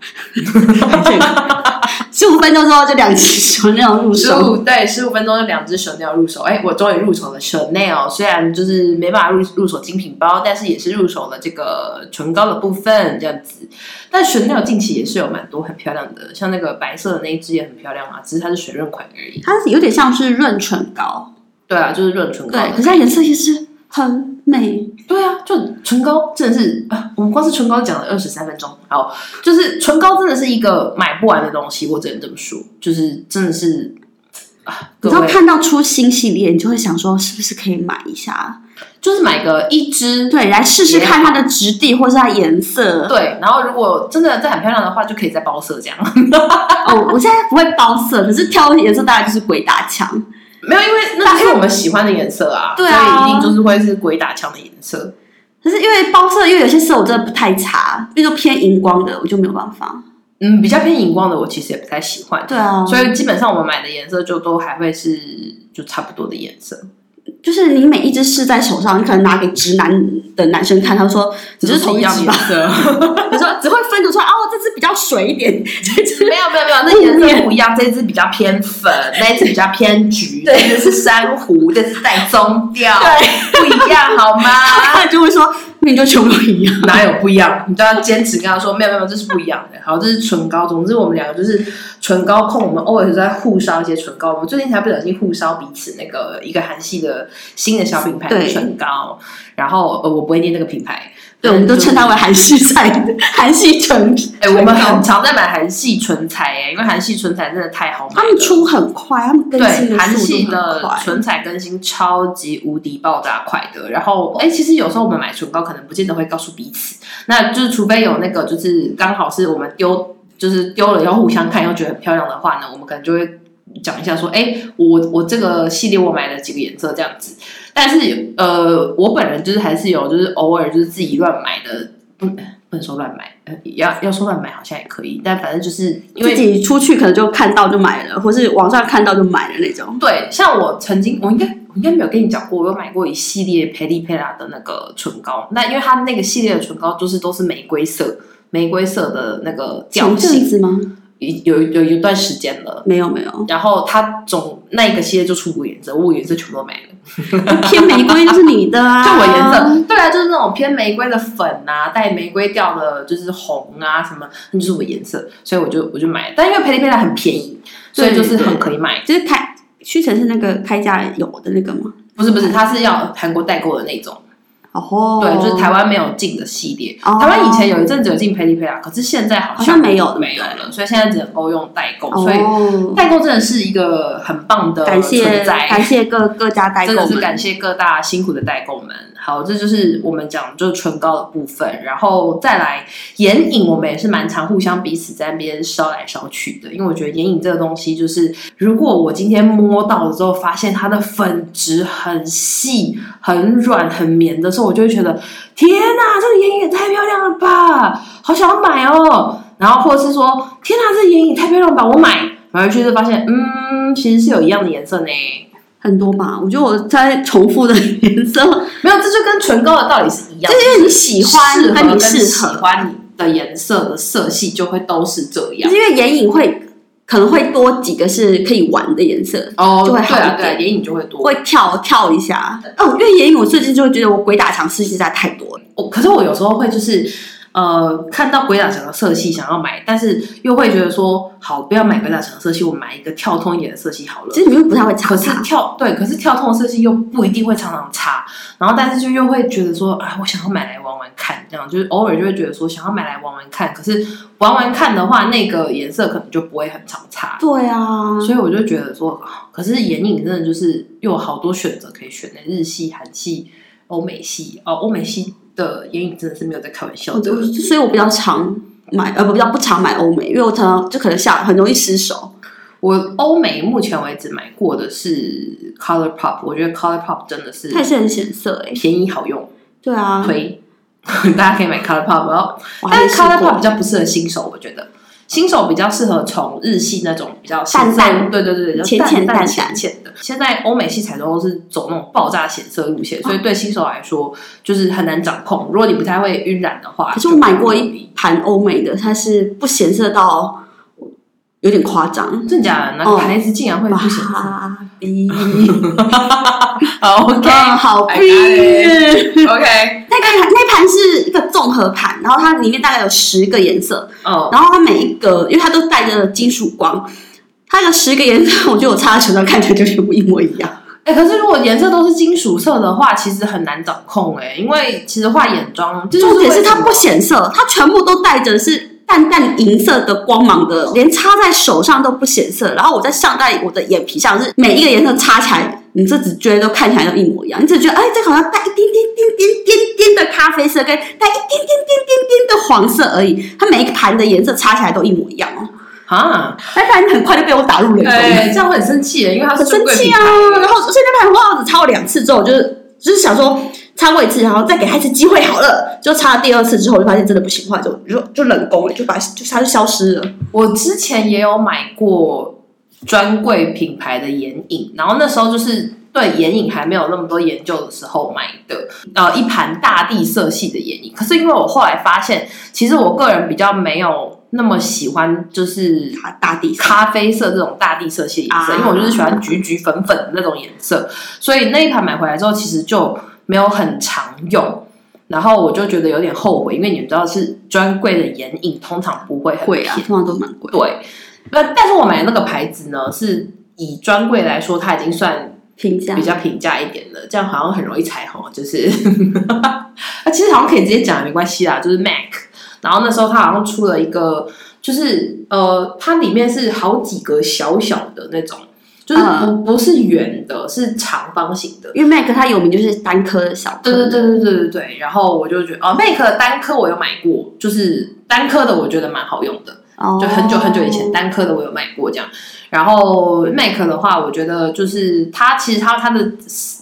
Speaker 2: 十五分钟之后就两只手那种入
Speaker 1: 十
Speaker 2: 手。
Speaker 1: 五对十五分钟就两只 Chanel 入手，哎，我终于入手了 Chanel，虽然就是没办法入入手精品包，但是也是入手了这个唇膏的部分这样子。但 Chanel 近期也是有蛮多很漂亮的，像那个白色的那一支也很漂亮啊，只是它是水润款而已。
Speaker 2: 它有点像是润唇膏，
Speaker 1: 对啊，就是润唇膏
Speaker 2: 对，
Speaker 1: 的。
Speaker 2: 可是它颜色其实很美。
Speaker 1: 对啊，就唇膏真的是啊，我们光是唇膏讲了二十三分钟。好，就是唇膏真的是一个买不完的东西，我只能这么说，就是真的是啊，各
Speaker 2: 你知道
Speaker 1: 位
Speaker 2: 看到出新系列，你就会想说是不是可以买一下？
Speaker 1: 就是买个一支
Speaker 2: 对，来试试看它的质地或是它 颜色。
Speaker 1: 对，然后如果真的再很漂亮的话，就可以再包色这样。
Speaker 2: 哦，我现在不会包色，可是挑颜色大概就是鬼打墙。
Speaker 1: 没有，因为那是我们喜欢的颜色啊，
Speaker 2: 对啊
Speaker 1: 所以一定就是会是鬼打墙的颜色。
Speaker 2: 可是因为包色，因为有些色我真的不太擦，比如说偏荧光的，我就没有办法。
Speaker 1: 嗯，比较偏荧光的，我其实也不太喜欢。
Speaker 2: 对啊，
Speaker 1: 所以基本上我们买的颜色就都还会是就差不多的颜色。
Speaker 2: 就是你每一只试在手上，你可能拿给直男的男生看，他说你就是
Speaker 1: 都
Speaker 2: 同
Speaker 1: 一
Speaker 2: 一
Speaker 1: 样的
Speaker 2: 只
Speaker 1: 颜
Speaker 2: 吧，
Speaker 1: 色。
Speaker 2: 你说只会分得出来哦，这只比较水一点，这只
Speaker 1: 没有没有没有，那颜色不一样，这只比较偏 粉，那只比较偏橘，这只是珊瑚，这只带棕调，不一样好 吗？
Speaker 2: 他就会说那你就全部都一样。
Speaker 1: 哪有不一样？你都要坚持跟他说，没有没有，这是不一样的。好，这是唇膏。总之，我们两个就是唇膏控，我们 always 在互烧一些唇膏。我们最近才不小心互烧彼此那个一个韩系的新的小品牌的
Speaker 2: 对
Speaker 1: 唇膏，然后呃，我不会念那个品牌。
Speaker 2: 对，我们都
Speaker 1: 就是
Speaker 2: 称它为韩系菜， 韩系唇。
Speaker 1: 哎、我们很常在买韩系唇彩哎、因为韩系唇彩真的太好买了。
Speaker 2: 他们出很快，他们更新
Speaker 1: 对
Speaker 2: 的
Speaker 1: 韩
Speaker 2: 速
Speaker 1: 系
Speaker 2: 度很
Speaker 1: 的
Speaker 2: 快。
Speaker 1: 唇彩更新超级无敌爆炸快的，然后哎、其实有时候我们买唇膏可能不见得会告诉彼此，那就是除非有那个就是刚好是我们丢，就是丢了要互相看又觉得很漂亮的话呢，我们可能就会讲一下说，哎、我我这个系列我买了几个颜色这样子，但是呃，我本人就是还是有就是偶尔就是自己乱买的，不不能说乱买，呃要要说乱买好像也可以，但反正就是因为
Speaker 2: 自己出去可能就看到就买了，或是网上看到就买了那种。
Speaker 1: 对，像我曾经，我应该我应该没有跟你讲过，我有买过一系列 p e d i p e l a 的那个唇膏。那因为它那个系列的唇膏就是都是玫瑰色，玫瑰色的那个调
Speaker 2: 前阵
Speaker 1: 性，
Speaker 2: 子吗？
Speaker 1: 有有有一段时间了。
Speaker 2: 没有没有，
Speaker 1: 然后它总那一个系列就出五个颜色，我五个颜色全部都买了。
Speaker 2: 偏玫瑰就是你的啊，
Speaker 1: 就我颜色，对啊，就是那种偏玫瑰的粉啊，带玫瑰调的，就是红啊什么，那就是我颜色，所以我就我就买了。但因为 p e d i p e l a 很便宜，所以就是
Speaker 2: 对对
Speaker 1: 很可以买。
Speaker 2: 就是开屈臣氏那个开架有的那个吗？
Speaker 1: 不是不是，它是要韩国代购的那种，
Speaker 2: 哦，
Speaker 1: 对，就是台湾没有进的系列。
Speaker 2: 哦
Speaker 1: 台湾以前有一阵子有进 Pedi p e a 可是现在好
Speaker 2: 好像
Speaker 1: 像
Speaker 2: 没有了
Speaker 1: 没有了，所以现在只能够用代购。所以
Speaker 2: 哦，
Speaker 1: 代购真的是一个很棒的
Speaker 2: 感谢
Speaker 1: 存在，
Speaker 2: 感谢各各家代购
Speaker 1: 真
Speaker 2: 们，
Speaker 1: 的是感谢各大辛苦的代购们。好，这就是我们讲就是唇膏的部分，然后再来眼影，我们也是蛮常互相彼此在那边烧来烧去的，因为我觉得眼影这个东西，就是如果我今天摸到了之后，发现它的粉质很细、很软、很绵的时候，我就会觉得天哪，这个眼影也太漂亮了吧，好想要买哦。然后或者是说，天哪，这眼影太漂亮了吧，我买。买回去就发现，嗯，其实是有一样的颜色呢。
Speaker 2: 很多吧。我觉得我在重复的颜色，
Speaker 1: 没有，这就跟唇膏的道理是一样的，
Speaker 2: 因为你喜欢
Speaker 1: 适合
Speaker 2: 跟你
Speaker 1: 喜
Speaker 2: 适合，
Speaker 1: 欢你的颜色的色系就会都是这
Speaker 2: 就
Speaker 1: 样
Speaker 2: 是。因为眼影会可能会多几个是可以玩的颜色，
Speaker 1: 哦
Speaker 2: 就会好
Speaker 1: 对啊，
Speaker 2: 一点
Speaker 1: 对啊，眼影就会多。
Speaker 2: 会跳跳一下。哦，因为眼影我最近就会觉得我鬼打墙事实在太多了，
Speaker 1: 我哦可是我有时候会就是呃，看到鬼打墙的色系想要买，但是又会觉得说，好，不要买鬼打墙的色系，我买一个跳通一点的色系好了。
Speaker 2: 其实你又不太会擦
Speaker 1: 可是
Speaker 2: 擦。
Speaker 1: 跳对，可是跳痛的色系又不一定会常常擦，然后但是就又会觉得说啊，我想要买来玩玩看，这样就是偶尔就会觉得说想要买来玩玩看，可是玩玩看的话，那个颜色可能就不会很常擦，
Speaker 2: 对啊，
Speaker 1: 所以我就觉得说，啊可是眼影真的就是又有好多选择可以选的，日系、韩系、欧美系哦，欧美系的眼影真的是没有在开玩笑
Speaker 2: 我
Speaker 1: 的
Speaker 2: 就，所以我比较常买，呃，不比较不常买欧美，因为我常常就可能下很容易失手。
Speaker 1: 我欧美目前为止买过的是 Color Pop，我觉得 Color Pop 真的是
Speaker 2: 它也是很显色哎、
Speaker 1: 便宜好用。
Speaker 2: 对啊，
Speaker 1: 推， 大家可以买 Color Pop，然后
Speaker 2: 我还
Speaker 1: 但
Speaker 2: 没
Speaker 1: 是
Speaker 2: 试
Speaker 1: Color Pop
Speaker 2: 过
Speaker 1: 比。较不适合新手，我觉得新手比较适合从日系那种比较
Speaker 2: 淡
Speaker 1: 深色
Speaker 2: 淡
Speaker 1: 对对对，对
Speaker 2: 浅
Speaker 1: 淡
Speaker 2: 浅
Speaker 1: 淡
Speaker 2: 淡
Speaker 1: 浅
Speaker 2: 淡
Speaker 1: 浅的。现在欧美系彩妆都是走那种爆炸显色路线，所
Speaker 2: 哦
Speaker 1: 以对新手来说就是很难掌控。如果你不太会晕染的话，
Speaker 2: 可是我
Speaker 1: 就不
Speaker 2: 买
Speaker 1: 要
Speaker 2: 过
Speaker 1: 努力
Speaker 2: 一盘欧美的，它是不显色到有点夸张。
Speaker 1: 真假的，哪个
Speaker 2: 哦
Speaker 1: 牌子竟然会不显色？
Speaker 2: 哇 逼！
Speaker 1: 好哦 OK，
Speaker 2: 啊好
Speaker 1: I
Speaker 2: 逼
Speaker 1: got！OK，
Speaker 2: 哦那个那盘是一个综合盘，然后它里面大概有十个颜色，
Speaker 1: 哦，
Speaker 2: 然后它每一个，因为它都带着金属光，它有十个颜色，我觉得我擦在手上看起来就全部一模一样。
Speaker 1: 哎、可是如果颜色都是金属色的话，其实很难掌控哎、因为其实画眼妆，这就是
Speaker 2: 重点是
Speaker 1: 为什
Speaker 2: 它
Speaker 1: 么
Speaker 2: 不显色，它全部都带着是淡淡银色的光芒的，连擦在手上都不显色。然后我在上在我的眼皮上，是每一个颜色擦起来，你这只觉得都看起来都一模一样，你只觉得哎，这个好像带一点点点点点点的咖啡色，跟带一点点点点点的黄色而已。它每一盘的颜色擦起来都一模一样哦，
Speaker 1: 啊，
Speaker 2: 那盘很快就被我打入冷宫。
Speaker 1: 哎、这样会很生气耶，因为它是
Speaker 2: 很
Speaker 1: 尊
Speaker 2: 生
Speaker 1: 贵
Speaker 2: 气
Speaker 1: 品
Speaker 2: 啊
Speaker 1: 牌。！
Speaker 2: 然后所以那盘花我只擦了两次之后，我就是就是想说擦过一次，然后再给他一次机会好了。就擦了第二次之后，我就发现真的不行，后来就就就冷宫了，就把就它就消失了。
Speaker 1: 我之前也有买过专柜品牌的眼影，然后那时候就是对眼影还没有那么多研究的时候买的，呃，一盘大地色系的眼影。可是因为我后来发现，其实我个人比较没有那么喜欢，就是
Speaker 2: 打打底色
Speaker 1: 咖啡色这种大地色系颜色，
Speaker 2: 啊
Speaker 1: 因为我就是喜欢橘橘粉粉的那种颜色，所以那一盘买回来之后，其实就没有很常用。然后我就觉得有点后悔，因为你们知道是专柜的眼影通常不会很
Speaker 2: 贵
Speaker 1: 便
Speaker 2: 啊
Speaker 1: 宜，
Speaker 2: 通常都蛮贵，
Speaker 1: 对，那但是我买的那个牌子呢，是以专柜来说，它已经算
Speaker 2: 平价
Speaker 1: 比较平价一点的，这样好像很容易踩红，就是 啊，其实好像可以直接讲没关系啦，就是 MAC。然后那时候它好像出了一个，就是呃，它里面是好几个小小的那种，就是不、
Speaker 2: 嗯
Speaker 1: 不是圆的，是长方形的。
Speaker 2: 因为 MAC 它有名就是单颗的小颗
Speaker 1: 对对，对对对对对，然后我就觉得哦，MAC 的单颗我有买过，就是单颗的我觉得蛮好用的，
Speaker 2: 哦
Speaker 1: 就很久很久以前单颗的我有买过这样。然后 MAC 的话，我觉得就是它其实它它的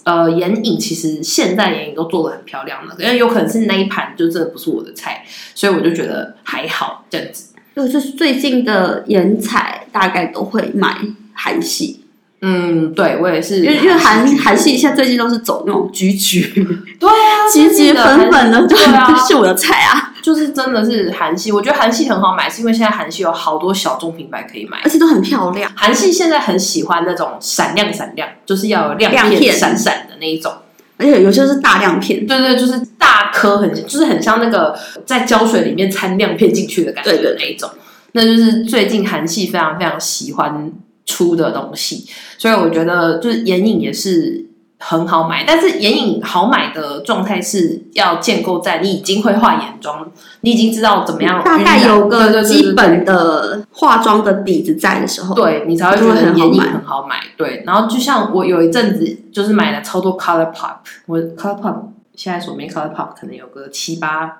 Speaker 1: 呃眼影，其实现在眼影都做的很漂亮了，因为有可能是那一盘就真的不是我的菜，所以我就觉得还好这样子。
Speaker 2: 对，就是最近的眼彩大概都会买韩系，
Speaker 1: 嗯，对我也是，
Speaker 2: 因为因为韩韩系现在最近都是走那种橘橘
Speaker 1: 对啊，
Speaker 2: 橘橘
Speaker 1: 真的韩
Speaker 2: 粉粉的，就
Speaker 1: 对啊
Speaker 2: 很是我的菜啊。
Speaker 1: 就是真的是韩系，我觉得韩系很好买，是因为现在韩系有好多小众品牌可以买
Speaker 2: 而。且都很漂亮。
Speaker 1: 韩系现在很喜欢那种闪亮闪亮，就是要有亮
Speaker 2: 亮
Speaker 1: 片
Speaker 2: 片
Speaker 1: 闪闪的那一种。
Speaker 2: 而且有些是大量片，
Speaker 1: 对对，就是大颗很，就是很像那个在胶水里面掺亮片进去的感觉
Speaker 2: 对对
Speaker 1: 那一种。那就是最近韩系非常非常喜欢出的东西，所以我觉得就是眼影也是很好买，但是眼影好买的状态是要建构在你已经会画眼妆，你已经知道怎么样晕
Speaker 2: 嗯大
Speaker 1: 染，
Speaker 2: 概有
Speaker 1: 对
Speaker 2: 个
Speaker 1: 对对对
Speaker 2: 基本的化妆的底子在的时候，
Speaker 1: 对你哦才会觉
Speaker 2: 就会
Speaker 1: 得
Speaker 2: 很好
Speaker 1: 眼影
Speaker 2: 买
Speaker 1: 很好买。对，然后就像我有一阵子就是买了超多 Color Pop，我 Color Pop 现在手边 Color Pop 可能有个七八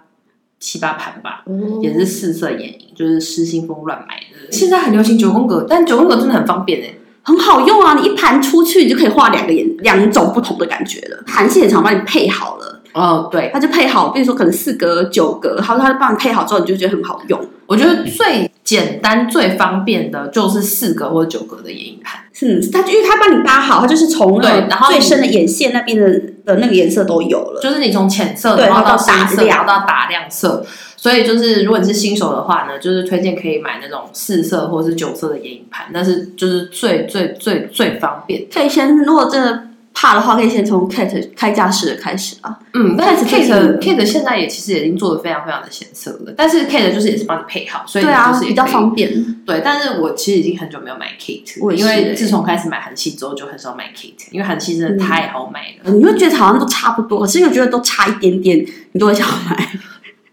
Speaker 1: 七八盘吧，也是四色眼影，就是失心疯乱买的。嗯现在很流行九宫格，但九宫格真的很方便哎、
Speaker 2: 很好用啊！你一盘出去，你就可以画两个眼两种不同的感觉了。韩系很常帮你配好了，
Speaker 1: 哦，对，
Speaker 2: 它就配好，比如说可能四格、九格，它它就帮你配好之后，你就觉得很好用。
Speaker 1: 我觉得最简单、最方便的就是四个或九个的眼影盘。
Speaker 2: 嗯，它就因为它帮你搭好，它就是从
Speaker 1: 对
Speaker 2: 呃
Speaker 1: 然后
Speaker 2: 最深的眼线那边的的那个颜色都有了。
Speaker 1: 就是你从浅色，
Speaker 2: 对
Speaker 1: 然后
Speaker 2: 然后
Speaker 1: 到
Speaker 2: 到
Speaker 1: 深
Speaker 2: 打
Speaker 1: 色，
Speaker 2: 亮
Speaker 1: 然后到打亮色。所以就是，如果你是新手的话呢，就是推荐可以买那种四色或是九色的眼影盘，但是就是最最最最方便。
Speaker 2: 可以先，如果真的怕的话，可以先从 Kate 开架式的开始啊。
Speaker 1: 嗯，但是
Speaker 2: Kate-
Speaker 1: Kate Kate 现在也其实已经做的非常非常的显色了，但是 Kate 就是也是帮你配好，所以
Speaker 2: 对
Speaker 1: 你
Speaker 2: 啊
Speaker 1: 就，是也
Speaker 2: 比较
Speaker 1: 可以
Speaker 2: 方便。
Speaker 1: 对，但是我其实已经很久没有买 Kate，
Speaker 2: 我
Speaker 1: 了
Speaker 2: 也
Speaker 1: 因
Speaker 2: 是
Speaker 1: 为
Speaker 2: 欸
Speaker 1: 自从开始买韩系之后就很少买 Kate，因为韩系真的太好买了。
Speaker 2: 嗯你会觉得好像都差不多，可是又觉得都差一点点，你都会想买。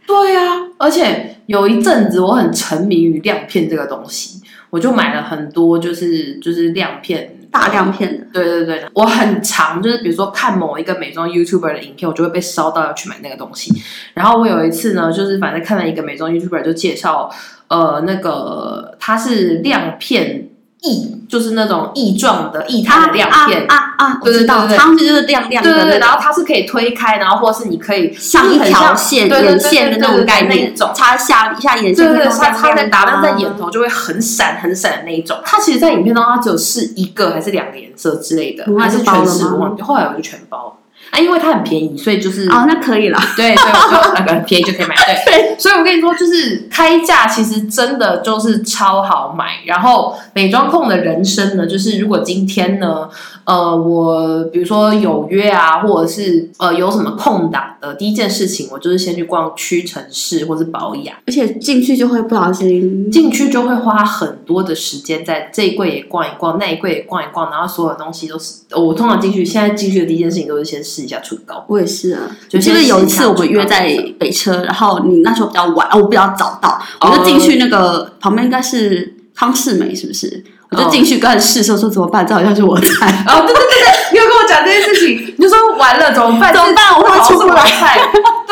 Speaker 1: 对呀、而且有一阵子我很沉迷于亮片这个东西，我就买了很多，就是就是亮片。
Speaker 2: 大亮片的，
Speaker 1: 对对对，我很常就是比如说看某一个美妆 YouTuber 的影片，我就会被烧到要去买那个东西。然后我有一次呢，就是反正看了一个美妆 YouTuber 就介绍，呃，那个它是亮片液，就是那种液状的液态的亮片。
Speaker 2: 啊啊啊！我
Speaker 1: 对对
Speaker 2: 知道，
Speaker 1: 对对
Speaker 2: 常常就是亮亮的
Speaker 1: 对对
Speaker 2: 那
Speaker 1: 对，然
Speaker 2: 种
Speaker 1: 后它是可以推开，然后或是你可以
Speaker 2: 上
Speaker 1: 就
Speaker 2: 一
Speaker 1: 是很
Speaker 2: 条
Speaker 1: 像
Speaker 2: 线
Speaker 1: 对对对
Speaker 2: 眼线的那种概
Speaker 1: 对对对那
Speaker 2: 念
Speaker 1: 一种，
Speaker 2: 擦下下
Speaker 1: 对
Speaker 2: 眼线
Speaker 1: 对
Speaker 2: 那
Speaker 1: 对，
Speaker 2: 种啊
Speaker 1: 它它在打亮在眼
Speaker 2: 头，
Speaker 1: 头就会很闪很闪的那一种。它其实，在影片当中，它只有试一个还是两个颜色之类的
Speaker 2: 嗯，
Speaker 1: 还是全
Speaker 2: 那就包
Speaker 1: 试
Speaker 2: 了吗
Speaker 1: 我忘记。后来我就全包啊，因为它很便宜，所以就是
Speaker 2: 哦，那可以了。
Speaker 1: 对对，我 就那个很便宜就可以买。对，所以我跟你说，就是开价其实真的就是超好买。然后美妆控的人生呢，就是如果今天呢，呃，我比如说有约啊，或者是呃有什么空档的，第一件事情我就是先去逛屈臣氏或是保养。
Speaker 2: 而且进去就会不小心，
Speaker 1: 进去就会花很多的时间在这一柜也逛一逛，那一柜也逛一逛，然后所有东西都是哦我通常进去，现在进去的第一件事情都是先试一下唇膏。
Speaker 2: 我也是啊。
Speaker 1: 就
Speaker 2: 记
Speaker 1: 先
Speaker 2: 得
Speaker 1: 试一下
Speaker 2: 有一次我们约在北车，然后你那时候比较晚，哦，我比较早到，我就进
Speaker 1: 哦
Speaker 2: 去那个旁边应该是康世美，是不是？我就进去跟人试说说怎么办，这好像是我菜，
Speaker 1: 哦，对对对对，你有跟我讲这件事情，你就说完了怎么办？
Speaker 2: 怎么办？我
Speaker 1: 这
Speaker 2: 会
Speaker 1: 是
Speaker 2: 出不来。
Speaker 1: 菜。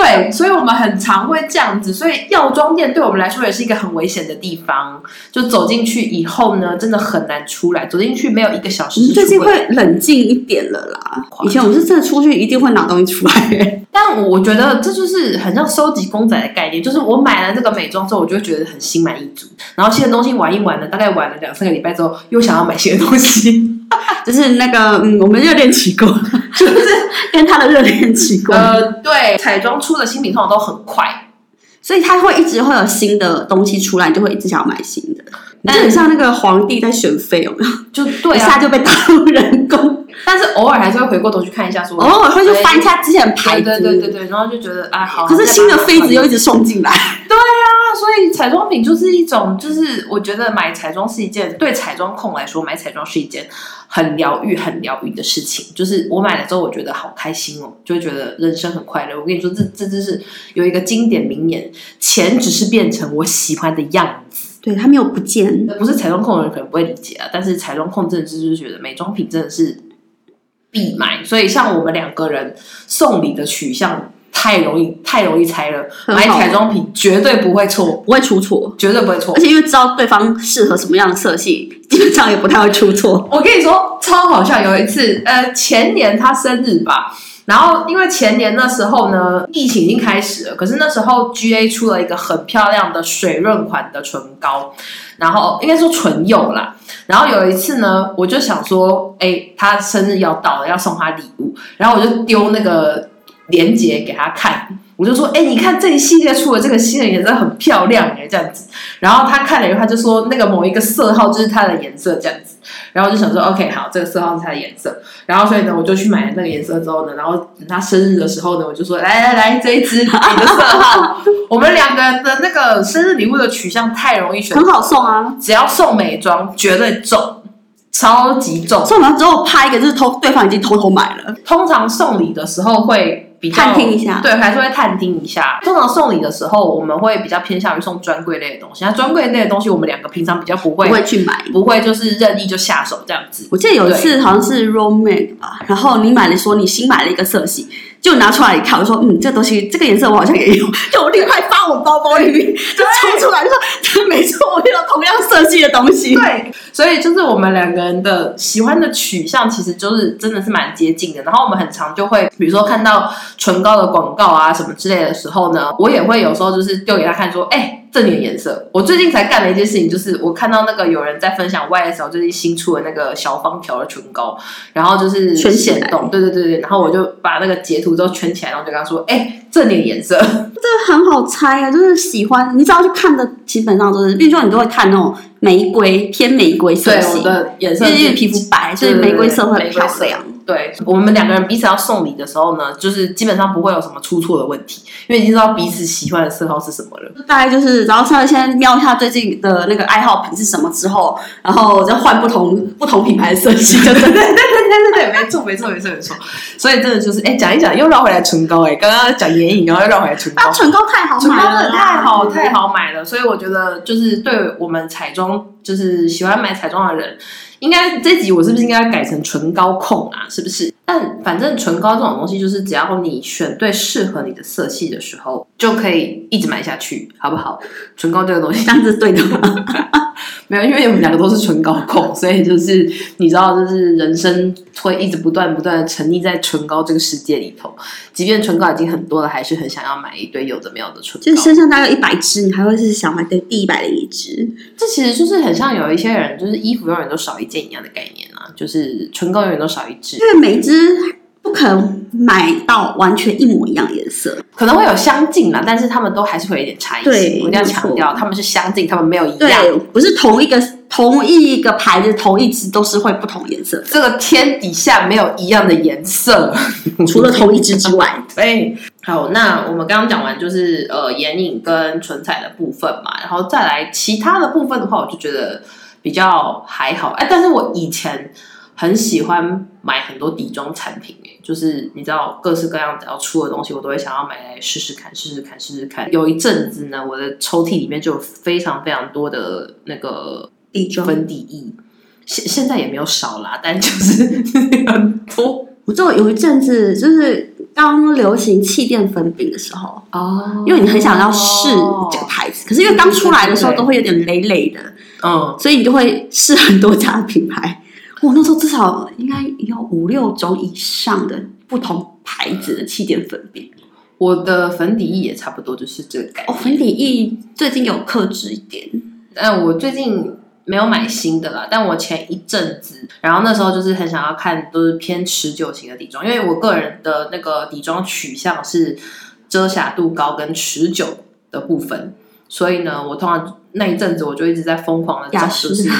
Speaker 1: 对，所以我们很常会这样子，所以药妆店对我们来说也是一个很危险的地方。就走进去以后呢，真的很难出来。走进去没有一个小时
Speaker 2: 你
Speaker 1: 是
Speaker 2: 最
Speaker 1: 出
Speaker 2: 近
Speaker 1: 不来。
Speaker 2: 会冷静一点了啦
Speaker 1: 夸。张
Speaker 2: 以前我是真的出去一定会拿东西出来、
Speaker 1: 但我觉得这就是很像收集公仔的概念，就是我买了这个美妆之后，我就会觉得很心满意足，然后新的东西玩一玩呢，大概玩了两三个礼拜之后，又想要买新的东 西。
Speaker 2: 就是那个嗯，我们热恋期过， 就是跟他的热恋期过，
Speaker 1: 呃，对，彩妆出的新品通常都很快，
Speaker 2: 所以他会一直会有新的东西出来，你就会一直想要买新的。你
Speaker 1: 但
Speaker 2: 就很像那个皇帝在选妃，有没有？
Speaker 1: 就嗯对
Speaker 2: 一下
Speaker 1: 啊，
Speaker 2: 就被打入人 工，
Speaker 1: 但是偶尔还是会回过头去看一下说，
Speaker 2: 偶尔会去翻一下之前的牌
Speaker 1: 对
Speaker 2: 哦子，
Speaker 1: 哦对对对对，然后就觉得啊好，
Speaker 2: 可是新的妃子又
Speaker 1: 啊，
Speaker 2: 一直送进来，
Speaker 1: 所以彩妆品就是一种，就是我觉得买彩妆是一件对彩妆控来说，买彩妆是一件很疗愈、很疗愈的事情。就是我买了之后，我觉得好开心哦，就会觉得人生很快乐。我跟你说，这这就是有一个经典名言：钱只是变成我喜欢的样子。
Speaker 2: 对他没有不见。
Speaker 1: 不是彩妆控的人可能不会理解啊，但是彩妆控真的是就是觉得美妆品真的是必买，所以像我们两个人送礼的取向太容易太容易猜了，
Speaker 2: 很
Speaker 1: 买
Speaker 2: 好
Speaker 1: 彩妆品绝对不会错，
Speaker 2: 不会出错，
Speaker 1: 绝对不会错
Speaker 2: 而。且因为知道对方适合什么样的色系，基本上也不太会出错。
Speaker 1: 我跟你说超好笑，有一次呃前年他生日吧。然后，因为前年那时候呢，疫情已经开始了，可是那时候 G A 出了一个很漂亮的水润款的唇膏，然后应该说唇釉啦。然后有一次呢，我就想说，哎，他生日要到了，要送他礼物，然后我就丢那个链接给他看，我就说，哎，你看这一系列出的这个新的颜色很漂亮哎，这样子。然后他看了以后，他就说那个某一个色号就是它的颜色这样子。然后我就想说，OK，好，这个色号是它的颜色。然后所以呢，我就去买了那个颜色之后呢，然后等他生日的时候呢，我就说，来来来，这一支你的色号。我们两个人的那个生日礼物的取向太容易选择
Speaker 2: 很好送啊，
Speaker 1: 只要送美妆绝对中。超级重。
Speaker 2: 送完之后拍一个，就是偷对方已经偷偷买了，
Speaker 1: 通常送礼的时候会比较
Speaker 2: 探听一下
Speaker 1: 对，还是会探听一下。通常送礼的时候，我们会比较偏向于送专柜类的东西。那专柜类的东西，我们两个平常比较不
Speaker 2: 不
Speaker 1: 会，
Speaker 2: 会去买。
Speaker 1: 不会就是任意就下手这样子。
Speaker 2: 我记得有一次好像是 Roman 吧，然后你买了说你新买了一个色系，就拿出来一看，我说嗯，这东西这个颜色我好像也有， 就我立刻放我包包里面，就冲出来就说， 对，没错，我也有同样色系的东西。
Speaker 1: 对，所以就是我们两个人的喜欢的取向，其实就是真的是蛮接近的。然后我们很常就会，比如说看到唇膏的广告啊什么之类的时候呢，我也会有时候就是丢给他看说，哎、这里的颜色。我最近才干了一件事情，就是我看到那个有人在分享 YSL 最近新出的那个小方条的唇膏，然后就是
Speaker 2: 圈起来
Speaker 1: 显动，对对对对，然后我就把那个截图之后圈起来，然后就跟他说，哎、这里的颜色。
Speaker 2: 这很好猜啊，就是喜欢，你只要去看的，基本上都是，比如说你都会看那种玫瑰偏玫瑰色
Speaker 1: 对，
Speaker 2: 系
Speaker 1: 我，的颜色
Speaker 2: 因
Speaker 1: 是
Speaker 2: 为因为皮肤白，所以
Speaker 1: 对对对
Speaker 2: 玫瑰色会很
Speaker 1: 玫瑰
Speaker 2: 漂
Speaker 1: 色
Speaker 2: 亮。
Speaker 1: 对我们两个人彼此要送礼的时候呢，就是基本上不会有什么出错的问题，因为已经知道彼此喜欢的色号是什么了。
Speaker 2: 大概就是，然后稍微现在瞄一下最近的那个爱好品是什么之后，然后再换不同不同品牌的色系，就真的
Speaker 1: 对对对，没错没错没错没错。所以真的就是，哎，讲一讲又绕回来唇膏，哎，刚刚讲眼影，然后又绕回来唇膏
Speaker 2: 啊，，唇膏太好
Speaker 1: 唇
Speaker 2: 买
Speaker 1: 膏
Speaker 2: 了
Speaker 1: 真
Speaker 2: 啦，
Speaker 1: 的太好太好买了，所以我觉得就是对我们彩妆，就是喜欢买彩妆的人，应该这集我是不是应该改成唇膏控啊？是不是？但反正唇膏这种东西，就是只要你选对适合你的色系的时候，就可以一直买下去，好不好？唇膏这个东西
Speaker 2: 这，样子对的吗？
Speaker 1: 没有，因为我们两个都是唇膏控，所以就是你知道，就是人生会一直不断不断的沉溺在唇膏这个世界里头，即便唇膏已经很多了，还是很想要买一堆有的没有的唇膏。
Speaker 2: 就是身上大概一百支，你还会是想买对第一百零一支，
Speaker 1: 这其实就是很像有一些人，就是衣服永远都少一件一样的概念啊，就是唇膏永远都少一支，
Speaker 2: 因为每一支不可能买到完全一模一样颜色。
Speaker 1: 可能会有相近啦，但是他们都还是会有一点差异性。
Speaker 2: 对
Speaker 1: 我一定要
Speaker 2: 没错
Speaker 1: 强调，他们是相近，他们没有一样。
Speaker 2: 对，不是同一个同一个牌子同一支都是会不同颜色，
Speaker 1: 这个天底下没有一样的颜色，
Speaker 2: 除了同一支之外，
Speaker 1: 对，哎好，那我们刚刚讲完就是呃眼影跟唇彩的部分嘛，然后再来其他的部分的话，我就觉得比较还好。哎，但是我以前很喜欢买很多底妆产品、哎，就是你知道各式各样只要出的东西，我都会想要买来试试看，试试看，试试看。有一阵子呢，我的抽屉里面就有非常非常多的那个
Speaker 2: 底妆
Speaker 1: 粉底液。现现在也没有少啦，但就是 很多
Speaker 2: 我就有一阵子就是刚流行气垫粉饼的时候，
Speaker 1: 哦
Speaker 2: 因为你很想要试这个牌子，可是因为刚出来的时候
Speaker 1: 对对对对
Speaker 2: 都会有点累累的，
Speaker 1: 嗯，
Speaker 2: 所以你就会试很多家的品牌。我那时候至少应该有五六种以上的不同牌子的气垫粉饼。
Speaker 1: 我的粉底液也差不多就是这个感觉。
Speaker 2: 哦，粉底液最近有克制一点，
Speaker 1: 但我最近没有买新的啦，但我前一阵子，然后那时候就是很想要看都是偏持久型的底妆，因为我个人的那个底妆取向是遮瑕度高跟持久的部分，所以呢，我通常那一阵子我就一直在疯狂的找，
Speaker 2: 雅
Speaker 1: 就
Speaker 2: 诗
Speaker 1: 是。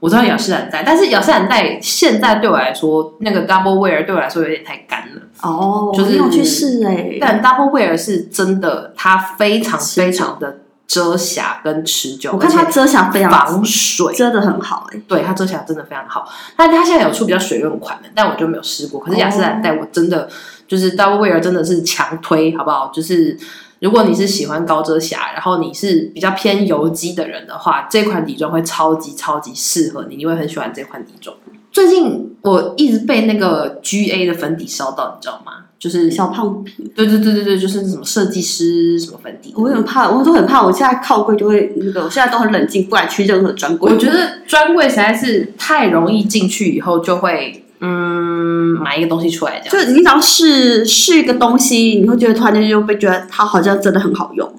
Speaker 1: 我知道雅诗兰黛，但是雅诗兰黛现在对我来说，那个 double wear 对我来说有点太干了。
Speaker 2: 哦，
Speaker 1: 就是
Speaker 2: 我没有去试哎、
Speaker 1: 但 double wear 是真的，它非常非常的遮瑕跟持久，
Speaker 2: 我看它
Speaker 1: 而且
Speaker 2: 遮瑕非常
Speaker 1: 防水，
Speaker 2: 遮的很好哎、
Speaker 1: 对它遮瑕真的非常好。但它现在有出比较水润款的，但我就没有试过。可是雅诗
Speaker 2: 哦
Speaker 1: 兰黛，我真的就是 double wear 真的是强推，好不好？就是。如果你是喜欢高遮瑕，然后你是比较偏油肌的人的话，这款底妆会超级超级适合你，你会很喜欢这款底妆。最近我一直被那个 GA 的粉底烧到，你知道吗？就是
Speaker 2: 小胖皮，
Speaker 1: 对对对对对，就是什么设计师什么粉底。
Speaker 2: 我很怕，我都很怕，我现在靠柜就会那个，我现在都很冷静，不敢去任何专柜。
Speaker 1: 我觉得专柜实在是太容易进去以后就会嗯买一个东西出来这
Speaker 2: 就
Speaker 1: 样。
Speaker 2: 你只要试试一个东西，你会觉得突然间就被觉得它好像真的很好用。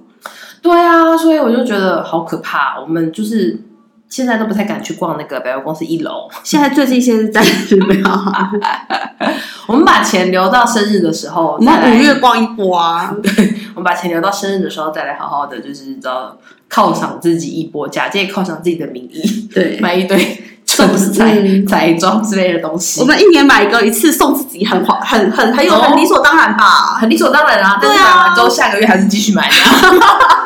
Speaker 1: 对啊，所以我就觉得好可怕。我们就是现在都不太敢去逛那个百货公司一楼，
Speaker 2: 现在最近现在暂时没有，
Speaker 1: 我们把钱留到生日的时候
Speaker 2: 我
Speaker 1: 再来。
Speaker 2: 们五月逛一波啊，
Speaker 1: 我们把钱留到生日的时候再来好好的，就是你知道犒赏自己一波，假借犒赏自己的名义
Speaker 2: 对。
Speaker 1: 买一堆唇彩、
Speaker 2: 嗯
Speaker 1: 彩妆之类的东西。
Speaker 2: 我们一年买一个一次送自己很划很很很有
Speaker 1: 哦
Speaker 2: 很理所当然吧？
Speaker 1: 很理所当然啊，但是
Speaker 2: 对啊
Speaker 1: 买完之后下个月还是继续买的啊。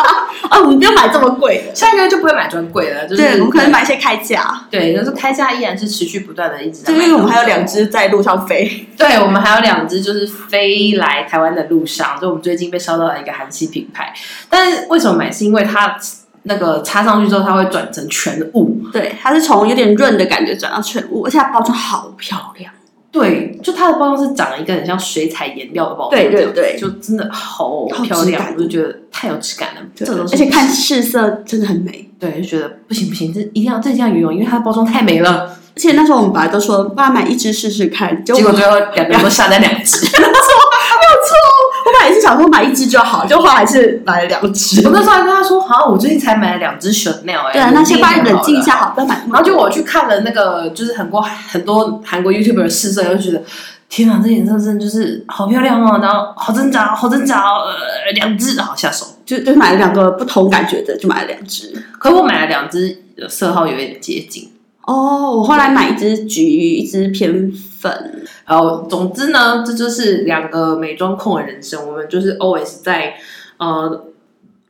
Speaker 2: 啊，我们不要买这么贵的，
Speaker 1: 下一个就不会买专柜了，就是
Speaker 2: 对，我们可能买一些开价，
Speaker 1: 对，就是开价依然是持续不断的一直在
Speaker 2: 就
Speaker 1: 买东
Speaker 2: 因
Speaker 1: 西，
Speaker 2: 为我们还有两只在路上飞，
Speaker 1: 对，我们还有两只就是飞来台湾的路上，就我们最近被烧到了一个韩系品牌，但是为什么买？是因为它那个插上去之后，它会转成全雾。
Speaker 2: 对，它是从有点润的感觉转到全雾，而且它包装好漂亮，
Speaker 1: 对，就它的包装是长了一个很像水彩颜料的包装，
Speaker 2: 对对对
Speaker 1: 就真的好
Speaker 2: 好
Speaker 1: 漂
Speaker 2: 质
Speaker 1: 亮，
Speaker 2: 感
Speaker 1: 我就觉得太有质感了。这种东西
Speaker 2: 而且看试色真的很美。
Speaker 1: 对，就觉得不行不行，这一定要这一定要游泳，因为它的包装太美了。
Speaker 2: 而且那时候我们本来都说，不然买一只试试看，结
Speaker 1: 结果
Speaker 2: 果我
Speaker 1: 最后两个人都下单两只。
Speaker 2: 本来是想说买一只就好，就后来是买了两 只。
Speaker 1: 我那时候还跟他说，好像我最近才买了两只 Chanel，哎、
Speaker 2: 对啊，那先帮你冷静一下，
Speaker 1: 好了。
Speaker 2: 好，不要买那么
Speaker 1: 然后就我去看了那个，就是很多很多韩国 YouTuber 的试色，就觉得天啊，这颜色真的就是好漂亮哦，然后好挣扎，好挣扎哦，呃，两只好下手。
Speaker 2: 就就买了两个不同感觉的，就买了两只。
Speaker 1: 可我买了两只呃色号有点接近，
Speaker 2: 哦，我后来买一只橘，一只偏粉，
Speaker 1: 然后总之呢，这就是两个美妆控的人生，我们就是 always 在呃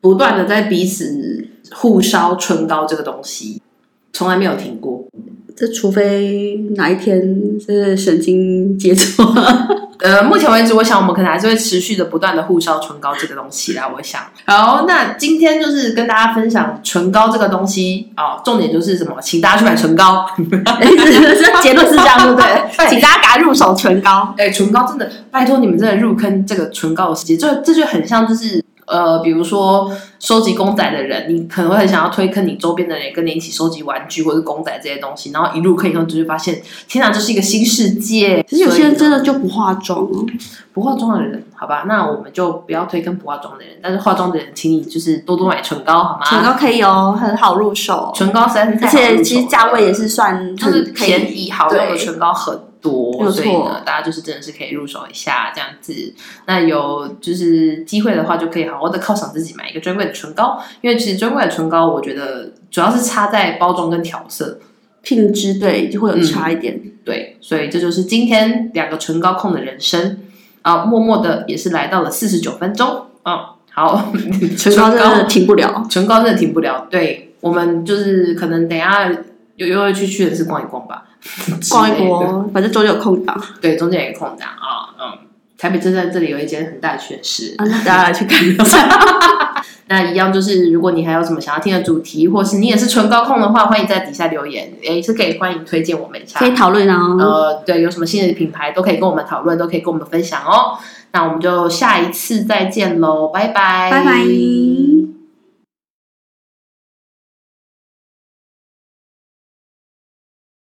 Speaker 1: 不断的在彼此互烧唇膏这个东西，从来没有停过。
Speaker 2: 这除非哪一天是神经接触，
Speaker 1: 呃，目前为止，我想我们可能还是会持续的不断的互烧唇膏这个东西啦。我想，好，那今天就是跟大家分享唇膏这个东西哦，重点就是什么，请大家去买唇膏。
Speaker 2: 这结论是这样，对不 对？
Speaker 1: 对
Speaker 2: 请大家赶快入手唇膏。
Speaker 1: 哎、唇膏真的，拜托你们真的入坑这个唇膏的世界，这这就很像就是呃，比如说收集公仔的人，你可能会很想要推坑你周边的人，跟你一起收集玩具或者公仔这些东西，然后一入坑以后，你就会发现，天哪，这是一个新世界。
Speaker 2: 其实有些人
Speaker 1: 所以
Speaker 2: 真
Speaker 1: 呢
Speaker 2: 的就不化妆哦，
Speaker 1: 不化妆的人，好吧，那我们就不要推跟不化妆的人，但是化妆的人，请你就是多多买唇膏，好吗？
Speaker 2: 唇膏可以哦，很好入手，
Speaker 1: 唇膏实在是太
Speaker 2: 而
Speaker 1: 好入手了
Speaker 2: 且其实价位也是算
Speaker 1: 就是
Speaker 2: 很
Speaker 1: 便宜好用的
Speaker 2: 对
Speaker 1: 唇膏很
Speaker 2: 没有
Speaker 1: 多，
Speaker 2: 错
Speaker 1: 所以呢，大家就是真的是可以入手一下这样子。那有就是机会的话，就可以好好的犒赏自己买一个专柜的唇膏，因为其实专柜的唇膏，我觉得主要是差在包装跟调色，
Speaker 2: 品质对就会有差一点。
Speaker 1: 对，所以这就是今天两个唇膏控的人生啊，默默的也是来到了四十九分钟啊，好，
Speaker 2: 唇膏真的停不了，
Speaker 1: 唇膏真的停不了。对我们就是可能等一下有约会去屈臣氏逛一逛吧，
Speaker 2: 逛一
Speaker 1: 之类的。
Speaker 2: 逛，反正中间有空档，
Speaker 1: 对，中间有一个空档啊、嗯，台北车站这里有一间很大的屈臣氏。
Speaker 2: 啊，那大家来去看一下。
Speaker 1: 那一样就是，如果你还有什么想要听的主题，或是你也是唇膏控的话，欢迎在底下留言，也是可以欢迎推荐我们一下
Speaker 2: 可。以讨论啊。
Speaker 1: 呃，对，有什么新的品牌都可以跟我们讨论，都可以跟我们分享哦。那我们就下一次再见喽，拜拜，
Speaker 2: 拜拜。